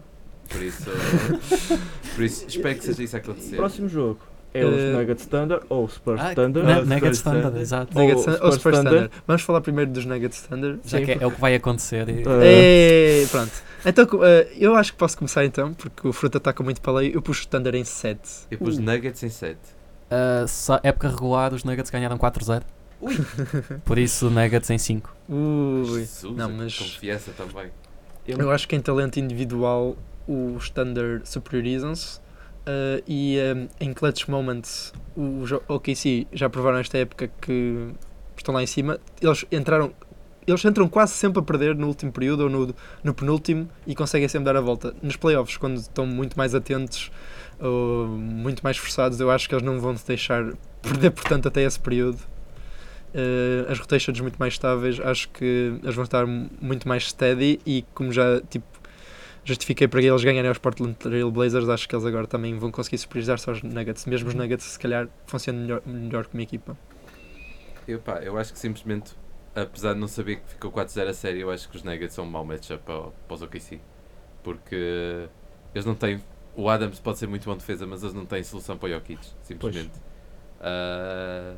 Speaker 2: Por isso, eh, por isso espero que seja isso a acontecer.
Speaker 1: Próximo jogo é os
Speaker 4: Eh,
Speaker 1: Nuggets Thunder ou Spurs
Speaker 3: Ah,
Speaker 1: Thunder.
Speaker 3: Na-
Speaker 1: Ah,
Speaker 3: Nuggets
Speaker 1: Spurs
Speaker 3: Thunder, exato.
Speaker 1: Ou
Speaker 4: Nuggets, Thun- ou
Speaker 1: Spurs
Speaker 4: Spurs
Speaker 1: Thunder.
Speaker 4: Thunder. Vamos falar primeiro dos Nuggets Thunder.
Speaker 3: Já
Speaker 1: Sim,
Speaker 3: que é, é o que vai acontecer. E...
Speaker 1: Ah.
Speaker 4: É, pronto. Então, co- eh, eu acho que posso começar então, porque o Fruta está com muito paleio. Eu puxo o Thunder em 7.
Speaker 2: Eu pus Nuggets em 7.
Speaker 3: Ah, só- época regular, os Nuggets ganharam 4-0.
Speaker 2: Ui.
Speaker 3: Por isso, Nuggets em 5.
Speaker 4: Ui.
Speaker 2: Jesus,
Speaker 4: Não,
Speaker 2: a
Speaker 4: mas-
Speaker 2: confiança também.
Speaker 4: Eu acho que em talento individual os Thunder superiorizam-se eh, e eh, em clutch moments os OKC já provaram esta época que estão lá em cima. Eles entraram eles entram quase sempre a perder no último período ou no, no penúltimo e conseguem sempre dar a volta. Nos playoffs, quando estão muito mais atentos ou muito mais forçados, eu acho que eles não vão te deixar perder, portanto, até esse período. Eh, as rotations muito mais estáveis, acho que eles vão estar mu- muito mais steady e como já tipo, justifiquei para que eles ganharem aos Portland Trail Blazers, acho que eles agora também vão conseguir superiorizar-se aos Nuggets, mesmo os
Speaker 2: Uhum.
Speaker 4: Nuggets se calhar funcionam melhor, melhor como equipa.
Speaker 2: Eu, pá, eu acho que simplesmente, apesar de não saber que ficou 4-0 a série, eu acho que os Nuggets são um mau matchup para, para os OKC. Porque eles não têm. O Adams pode ser muito bom defesa, mas eles não têm solução para o Jokic, simplesmente. Ah,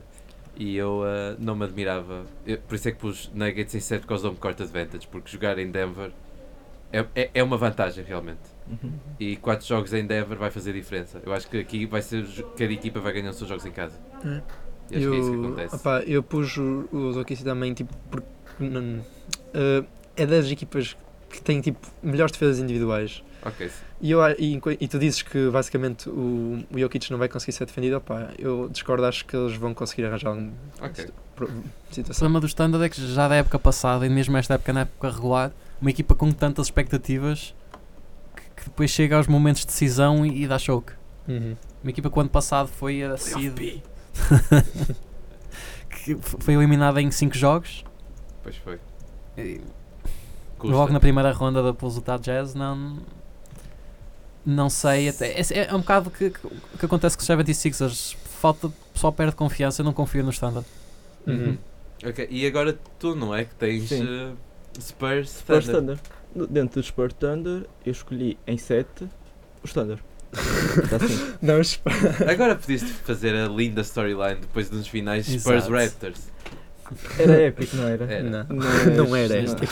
Speaker 2: e eu ah, não me admirava. Eu- por isso é que pus Nuggets em 7 causa um corte advantage, porque jogar em Denver é, é, é uma vantagem realmente.
Speaker 4: Uhum.
Speaker 2: E 4 jogos em Denver vai fazer diferença. Eu acho que aqui vai ser. jo- Cada equipa vai ganhar os seus jogos em casa.
Speaker 4: É.
Speaker 2: E acho que é isso que acontece.
Speaker 4: opá, eu pus o- os OKC também, tipo, porque não- eh, é das equipas que têm tipo, melhores defesas individuais.
Speaker 2: Ok, sim.
Speaker 4: E, eu, a- e, enqu- e tu dizes que basicamente o, o Jokic não vai conseguir ser defendido, opá, eu discordo, acho que eles vão conseguir arranjar um alguma
Speaker 2: Ok.
Speaker 4: pro- situação.
Speaker 3: problema do Standard é que já da época passada e mesmo esta época na época regular, uma equipa com tantas expectativas que, que depois chega aos momentos de decisão e, e dá choque.
Speaker 4: Uhum.
Speaker 3: Uma equipa que o ano passado foi a seed- que f- foi eliminada em 5 jogos,
Speaker 2: Pois foi.
Speaker 3: e
Speaker 2: Custa.
Speaker 3: logo na primeira ronda da pelos Utah Jazz, não não sei, até, é, é um bocado que, que, que acontece com os 76ers, falta só perde confiança, eu não confio no Standard. Eh,
Speaker 4: Uhum.
Speaker 2: Ok, e agora tu não é que tens
Speaker 1: Sim.
Speaker 2: eh, Spurs,
Speaker 1: Spurs
Speaker 2: Thunder.
Speaker 1: Thunder. No- Dentro do Spurs Thunder, eu escolhi em 7 o Thunder. Está assim.
Speaker 4: Não, os-
Speaker 2: Agora podias fazer a linda storyline depois dos finais Spurs
Speaker 3: Exato.
Speaker 2: Raptors.
Speaker 1: Era épico, não era?
Speaker 2: Era.
Speaker 4: não.
Speaker 1: Mas-
Speaker 4: É. Não era esta.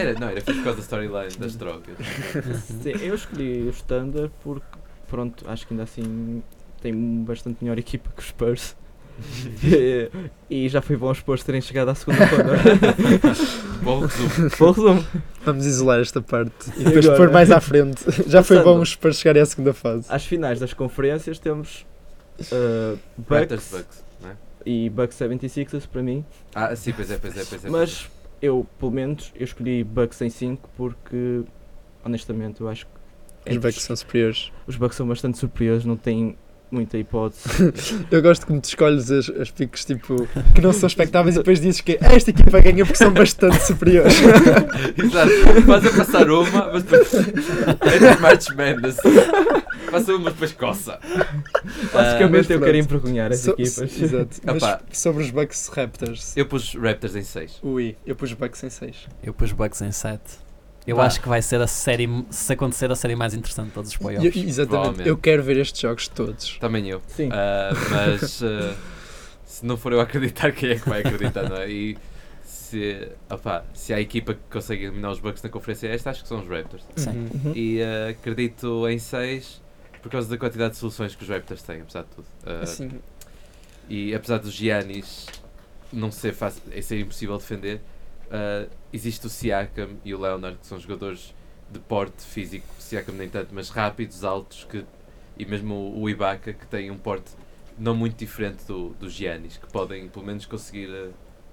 Speaker 2: Era, não, era por causa da storyline das drogas.
Speaker 1: Sim, eu escolhi o Standard porque, pronto, acho que ainda assim tem bastante melhor equipa que os Spurs. E- e já foi bom os Spurs terem chegado à segunda ronda.
Speaker 2: Bom resumo.
Speaker 1: Bom resumo.
Speaker 4: Vamos isolar esta parte e
Speaker 1: E
Speaker 4: depois
Speaker 1: agora?
Speaker 4: pôr mais à frente. Já foi
Speaker 1: Passando.
Speaker 4: bom os para chegarem à segunda fase.
Speaker 1: Às finais das conferências temos uh,
Speaker 2: Raptors
Speaker 1: Bucks
Speaker 2: Bucks, não é?
Speaker 1: e Bucks 76ers para mim.
Speaker 2: Ah, sim, pois é, pois é, pois é. pois
Speaker 1: Mas eu, pelo menos, eu escolhi Bucks em 5 porque, honestamente, eu acho que
Speaker 4: Os Bucks são superiores.
Speaker 1: os Bucks são bastante superiores, não têm muita hipótese.
Speaker 4: Eu gosto como tu escolhes as, as piques tipo, que não são expectáveis e depois dizes que é, "Ah, esta equipa ganha porque são bastante superiores.
Speaker 2: é. Exato, faz a passar uma, mas depois. É de March Madness. Passa uma, mas depois coça. Ah,
Speaker 1: Basicamente, eu
Speaker 4: pronto.
Speaker 1: quero empregunhar as
Speaker 4: So-
Speaker 1: equipas.
Speaker 4: Exato. Mas
Speaker 2: Opa.
Speaker 4: sobre os Bucks Raptors.
Speaker 2: Eu pus Raptors em 6.
Speaker 4: Ui, eu pus Bucks em 6.
Speaker 3: Eu pus Bucks em 7. Eu
Speaker 2: Pá.
Speaker 3: acho que vai ser a série, se acontecer, a série mais interessante de todos os playoffs.
Speaker 4: Exatamente.
Speaker 2: Provavelmente.
Speaker 4: Eu quero ver estes jogos todos.
Speaker 2: Também eu.
Speaker 1: Sim.
Speaker 2: Ah, mas ah, se não for eu a acreditar, quem é que vai acreditar, não é? E se, opá, se há equipa que consegue eliminar os Bucks na conferência esta, acho que são os Raptors.
Speaker 3: Sim.
Speaker 4: Uhum.
Speaker 1: Uhum.
Speaker 2: E ah, acredito em 6 por causa da quantidade de soluções que os Raptors têm, apesar de tudo. Ah,
Speaker 4: Assim,
Speaker 2: E apesar dos Giannis não ser fácil, é ser impossível defender, ah, existe o Siakam e o Leonard, que são jogadores de porte físico, Siakam nem tanto, mas rápidos, altos, que, e mesmo o, o Ibaka, que tem um porte não muito diferente do, do Giannis, que podem pelo menos conseguir ah,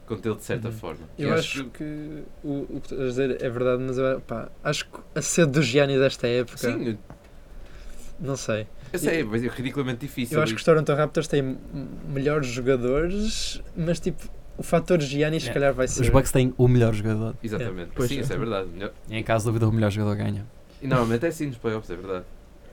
Speaker 2: contê-lo de certa
Speaker 3: Uhum.
Speaker 2: forma.
Speaker 4: Eu,
Speaker 2: E
Speaker 4: acho que o, o que tu estás a dizer é verdade, mas eu, pá, acho que a sede do Gianni desta época,
Speaker 2: Sim, eu-
Speaker 4: não sei.
Speaker 2: eu sei, mas é ridiculamente difícil.
Speaker 4: Eu acho que os Toronto Raptors têm m- melhores jogadores, mas tipo, o fator Gianni se
Speaker 3: Yeah.
Speaker 4: calhar vai ser.
Speaker 3: Os Bucks têm o melhor jogador.
Speaker 2: Exatamente,
Speaker 4: pois
Speaker 2: sim,
Speaker 4: é.
Speaker 2: isso é verdade. Melhor-
Speaker 3: E em caso de dúvida, o melhor jogador ganha.
Speaker 2: E normalmente é assim nos playoffs, é verdade.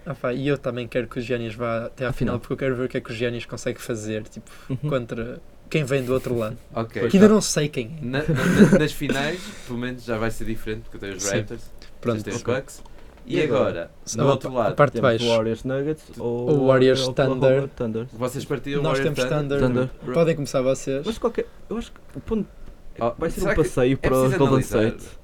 Speaker 4: Ah, pá, e eu também quero que o Giannis vá até à final, porque eu quero ver o que é que o Giannis consegue fazer, tipo,
Speaker 1: Uhum.
Speaker 4: contra quem vem do outro lado.
Speaker 2: Ok.
Speaker 4: que ainda não sei quem é.
Speaker 2: Na- na- nas finais, pelo menos já vai ser diferente, porque eu tenho os
Speaker 4: Sim.
Speaker 2: Raptors,
Speaker 4: Pronto,
Speaker 2: Vocês têm os
Speaker 4: ok.
Speaker 2: Bucks. E,
Speaker 1: E agora?
Speaker 2: agora, do
Speaker 4: a-
Speaker 2: outro
Speaker 4: a
Speaker 2: lado,
Speaker 4: parte de
Speaker 1: Temos
Speaker 4: baixo.
Speaker 1: Warriors Nuggets ou
Speaker 4: Ou Warriors
Speaker 1: Oklahoma
Speaker 4: Thunder.
Speaker 1: Thunder.
Speaker 2: vocês partiram
Speaker 4: Nós
Speaker 2: Warriors
Speaker 4: temos Thunder.
Speaker 1: Thunder.
Speaker 2: Ra-
Speaker 4: Podem começar vocês.
Speaker 1: Mas qualquer. Eu acho que o ponto.
Speaker 2: Oh,
Speaker 1: vai ser
Speaker 2: será
Speaker 1: um
Speaker 2: que
Speaker 1: passeio para os
Speaker 2: preciso
Speaker 1: Golden
Speaker 2: analisar?
Speaker 1: State.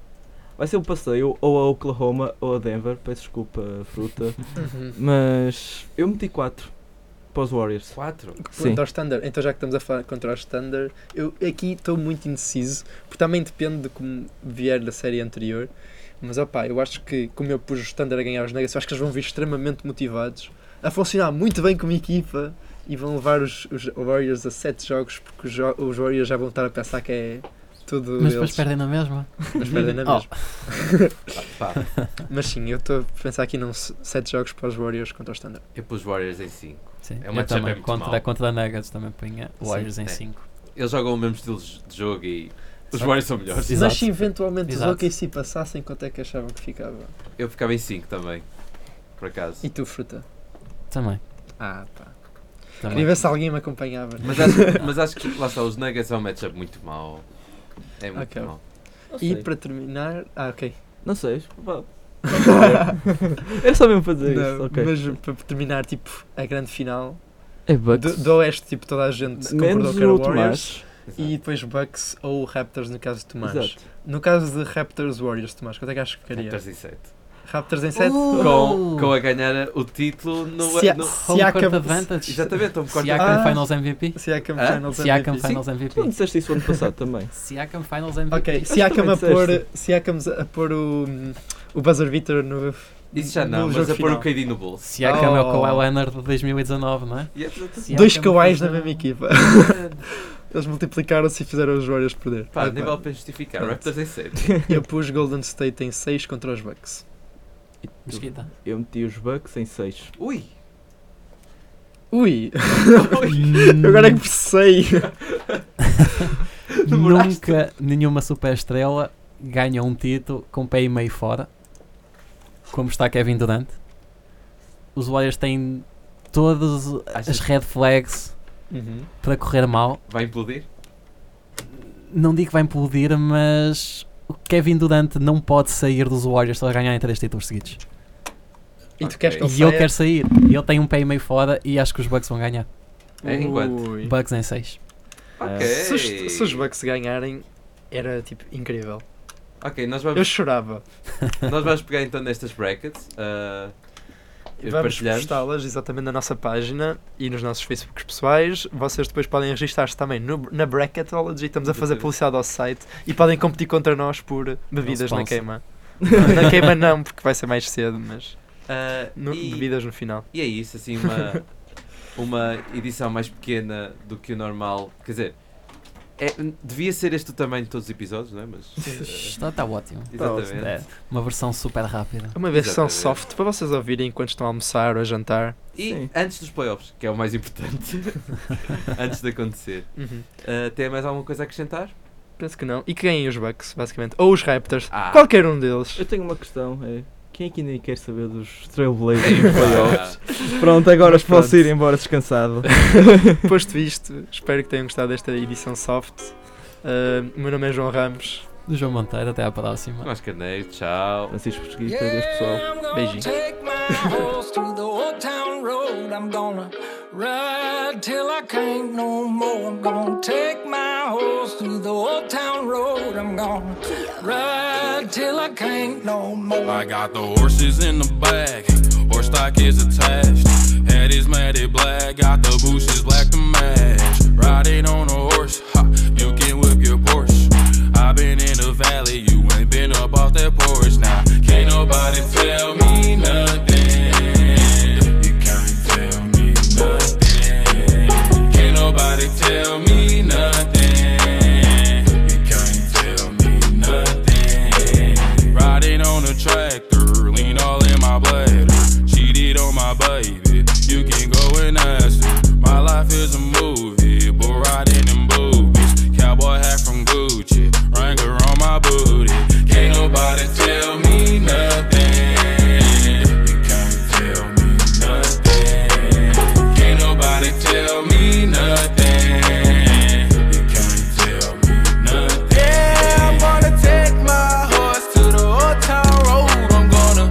Speaker 1: Vai ser um passeio ou a Oklahoma ou a Denver. Peço desculpa, fruta.
Speaker 4: Uhum.
Speaker 1: Mas eu meti 4 para os Warriors.
Speaker 2: Quatro?
Speaker 1: Sim.
Speaker 4: Contra o Standard. Então, já que estamos a falar contra o Standard, eu aqui estou muito indeciso, porque também depende de como vier da série anterior. Mas opá, eu acho que, como eu pus o Standard a ganhar os Nuggets, eu acho que eles vão vir extremamente motivados, a funcionar muito bem como equipa e vão levar os, os Warriors a 7 jogos, porque os, jo- os Warriors já vão estar a pensar que é tudo
Speaker 3: Mas depois
Speaker 4: eles.
Speaker 3: perdem na mesma.
Speaker 4: Mas perdem na
Speaker 3: Oh.
Speaker 4: mesma.
Speaker 2: Pá,
Speaker 4: Mas sim, eu estou a pensar aqui num 7 jogos para os Warriors contra o Standard.
Speaker 2: eu pus Warriors em 5.
Speaker 3: Sim,
Speaker 2: É
Speaker 3: eu
Speaker 2: uma matchup é
Speaker 3: também.
Speaker 2: muito
Speaker 3: Contra,
Speaker 2: mau.
Speaker 3: da, contra da Nuggets também punha Warriors em
Speaker 2: é.
Speaker 3: 5.
Speaker 2: Eles jogam o mesmo estilo de jogo e os
Speaker 3: Só-
Speaker 2: Warriors são melhores.
Speaker 3: Exato.
Speaker 4: Mas se eventualmente
Speaker 3: Exato.
Speaker 4: os OKC passassem, quanto é que achavam que ficava?
Speaker 2: Eu ficava em 5 também, por acaso.
Speaker 4: E tu, Fruta?
Speaker 3: Também.
Speaker 4: Ah, pá.
Speaker 3: também.
Speaker 4: Queria ver se alguém me acompanhava.
Speaker 2: Mas acho, mas acho que lá está, os Nuggets é um matchup muito mau. É muito
Speaker 4: Ok.
Speaker 2: mau.
Speaker 1: Não sei.
Speaker 4: E para terminar. Ah, ok.
Speaker 1: Não sei. vá- Era só mesmo para dizer
Speaker 4: Não,
Speaker 1: isso. ok.
Speaker 4: Mas para terminar, tipo, a grande final
Speaker 1: É
Speaker 4: do,
Speaker 1: Bucks.
Speaker 4: do Oeste, tipo, toda a gente concordou
Speaker 1: Menos
Speaker 4: que era
Speaker 1: o
Speaker 4: Warriors.
Speaker 1: Tomás.
Speaker 4: E depois Bucks ou Raptors, no caso de Tomás.
Speaker 1: Exato.
Speaker 4: No caso de Raptors Warriors, Tomás, quanto é que acho que ficaria? Raptors,
Speaker 2: Raptors em 7.
Speaker 4: em 7?
Speaker 1: Uh,
Speaker 2: Com, com a ganhar o título no.
Speaker 4: Se há-
Speaker 2: no-
Speaker 4: se
Speaker 3: Home
Speaker 4: há
Speaker 3: court
Speaker 4: cam-
Speaker 3: advantage.
Speaker 2: exatamente, um corte
Speaker 3: Siakam
Speaker 4: Ah.
Speaker 3: Finals MVP.
Speaker 4: Se há Cam
Speaker 2: Hã?
Speaker 4: Finals
Speaker 3: Siakam
Speaker 4: MVP.
Speaker 3: Finals
Speaker 1: Tu não
Speaker 3: MVP.
Speaker 1: disseste isso ano passado também.
Speaker 3: Siakam Finals MVP.
Speaker 4: Ok,
Speaker 1: Acho
Speaker 4: se há
Speaker 1: que também
Speaker 4: a pôr,
Speaker 1: disseste.
Speaker 4: se há a pôr o, o buzzer beater no.
Speaker 2: Isso já
Speaker 4: no
Speaker 2: não, mas
Speaker 4: jogo
Speaker 2: a pôr o
Speaker 4: final.
Speaker 2: KD no bolso.
Speaker 3: Siakam é o
Speaker 4: Oh.
Speaker 3: Kawhi Leonard de 2019, não é?
Speaker 2: Yeah, exato.
Speaker 3: Siakam
Speaker 4: Dois kawais na
Speaker 3: fez-
Speaker 4: mesma equipa. Eles multiplicaram-se e fizeram os Warriors perder.
Speaker 2: Pá,
Speaker 4: Ah,
Speaker 2: nem vale para justificar.
Speaker 4: Pronto.
Speaker 2: Raptors em 7.
Speaker 4: Eu pus Golden State em 6 contra os Bucks.
Speaker 3: Mesquita.
Speaker 1: Eu meti os Bucks em 6.
Speaker 2: Ui!
Speaker 4: Ui! Agora é que percei.
Speaker 3: Nunca nenhuma superestrela ganha um título com pé e meio fora, como está Kevin Durant. Os Warriors têm todas as
Speaker 2: Achas que
Speaker 3: red flags
Speaker 4: Uhum.
Speaker 3: para correr mal.
Speaker 2: vai implodir?
Speaker 3: Não digo que vai implodir, mas o Kevin Durant não pode sair dos Warriors se eles ganharem três títulos seguidos.
Speaker 4: E tu
Speaker 2: Ok.
Speaker 4: queres que ele
Speaker 3: e eu
Speaker 4: saia?
Speaker 3: quero sair. E ele tem um pé e meio fora e acho que os Bucks vão ganhar.
Speaker 2: É, enquanto.
Speaker 4: Ui.
Speaker 3: Bucks em 6.
Speaker 1: Ah,
Speaker 2: Ok.
Speaker 4: Se, os, se os Bucks ganharem, era tipo incrível.
Speaker 2: Ok, nós
Speaker 4: Eu
Speaker 2: vamos,
Speaker 4: chorava.
Speaker 2: nós vamos pegar então nestas brackets. ah, E
Speaker 4: Vamos
Speaker 2: partilhamos?
Speaker 4: postá-las exatamente na nossa página e nos nossos Facebooks pessoais. Vocês depois podem registrar-se também no, na Bracketology. Estamos a fazer
Speaker 2: Exatamente.
Speaker 4: publicidade ao site e podem competir contra nós por bebidas na
Speaker 3: sponsor.
Speaker 4: queima. na queima não, porque vai ser mais cedo, mas
Speaker 2: ah,
Speaker 4: no-
Speaker 2: e,
Speaker 4: bebidas no final.
Speaker 2: e é isso, assim, uma, uma edição mais pequena do que o normal. Quer dizer, é- devia ser este o tamanho de todos os episódios, não é? Mas. ah,
Speaker 3: Está, está ótimo.
Speaker 2: exatamente.
Speaker 3: É, uma versão super rápida.
Speaker 4: Uma versão
Speaker 2: Exatamente.
Speaker 4: soft para vocês ouvirem enquanto estão a almoçar ou a jantar.
Speaker 2: E
Speaker 1: Sim.
Speaker 2: antes dos playoffs, que é o mais importante, antes de acontecer.
Speaker 4: Uhum.
Speaker 2: Ah, tem mais alguma coisa a acrescentar?
Speaker 4: Penso que não. E que ganhem os Bucks, basicamente. Ou os Raptors.
Speaker 2: Ah.
Speaker 4: Qualquer um deles.
Speaker 1: Eu tenho uma questão. É, quem é que ainda quer saber dos Trailblazers
Speaker 2: Ei,
Speaker 1: nos
Speaker 2: pá.
Speaker 1: playoffs? Pronto, agora
Speaker 4: Mas
Speaker 1: posso
Speaker 4: pronto.
Speaker 1: ir embora descansado.
Speaker 4: Posto isto, espero que tenham gostado desta edição soft. Ah, o meu nome é João Ramos.
Speaker 3: Do João Monteiro, até à próxima.
Speaker 2: Nós carneiro, tchau.
Speaker 1: Francisco Pesquisa, adeus pessoal.
Speaker 6: I'm gonna
Speaker 4: Beijinho.
Speaker 6: Take my horse through the old town road. I'm gonna ride till I can't no more. I'm gonna take my horse through the old town road. I'm gonna ride till I can't no more.
Speaker 7: I got the horses in the back, horse stock is attached. Head is matted black, got the boots is black to match. Riding on a horse, ha, you can whip your Porsche. i been in the valley, you ain't been up off that porch now. Can't nobody tell me nothing. You can't tell me nothing. Can't nobody tell me nothing. You can't tell me nothing. Riding on a tractor, lean all in my bladder. Cheated on my baby, you can go and ask her. My life is a movie, bull riding in boobies. Cowboy hat from Gucci, Wrangler on my booty. Can't nobody tell me nothing. You can't tell me nothing. Can't nobody tell me nothing. You can't tell me nothing. Yeah, I'm gonna take my horse to the old town road. I'm gonna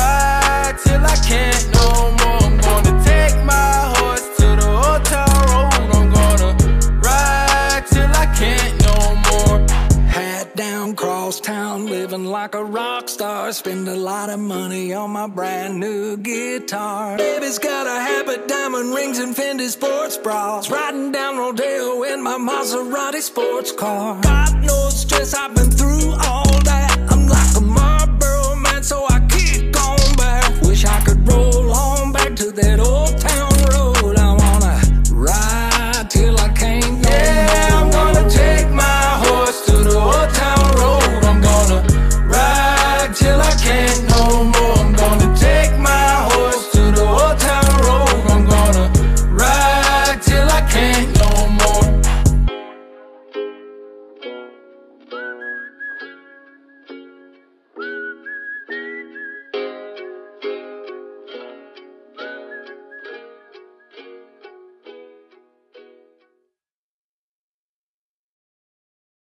Speaker 7: ride till I can't no more. I'm gonna take my horse to the old town road. I'm gonna ride till I can't no more.
Speaker 6: Hat down, cross town, living like a rock star. Spend a lot of money on my brand new guitar. Baby's got a habit, diamond rings, and Fendi sports bras. Riding down Rodeo in my Maserati sports car. Got no stress, I've been through.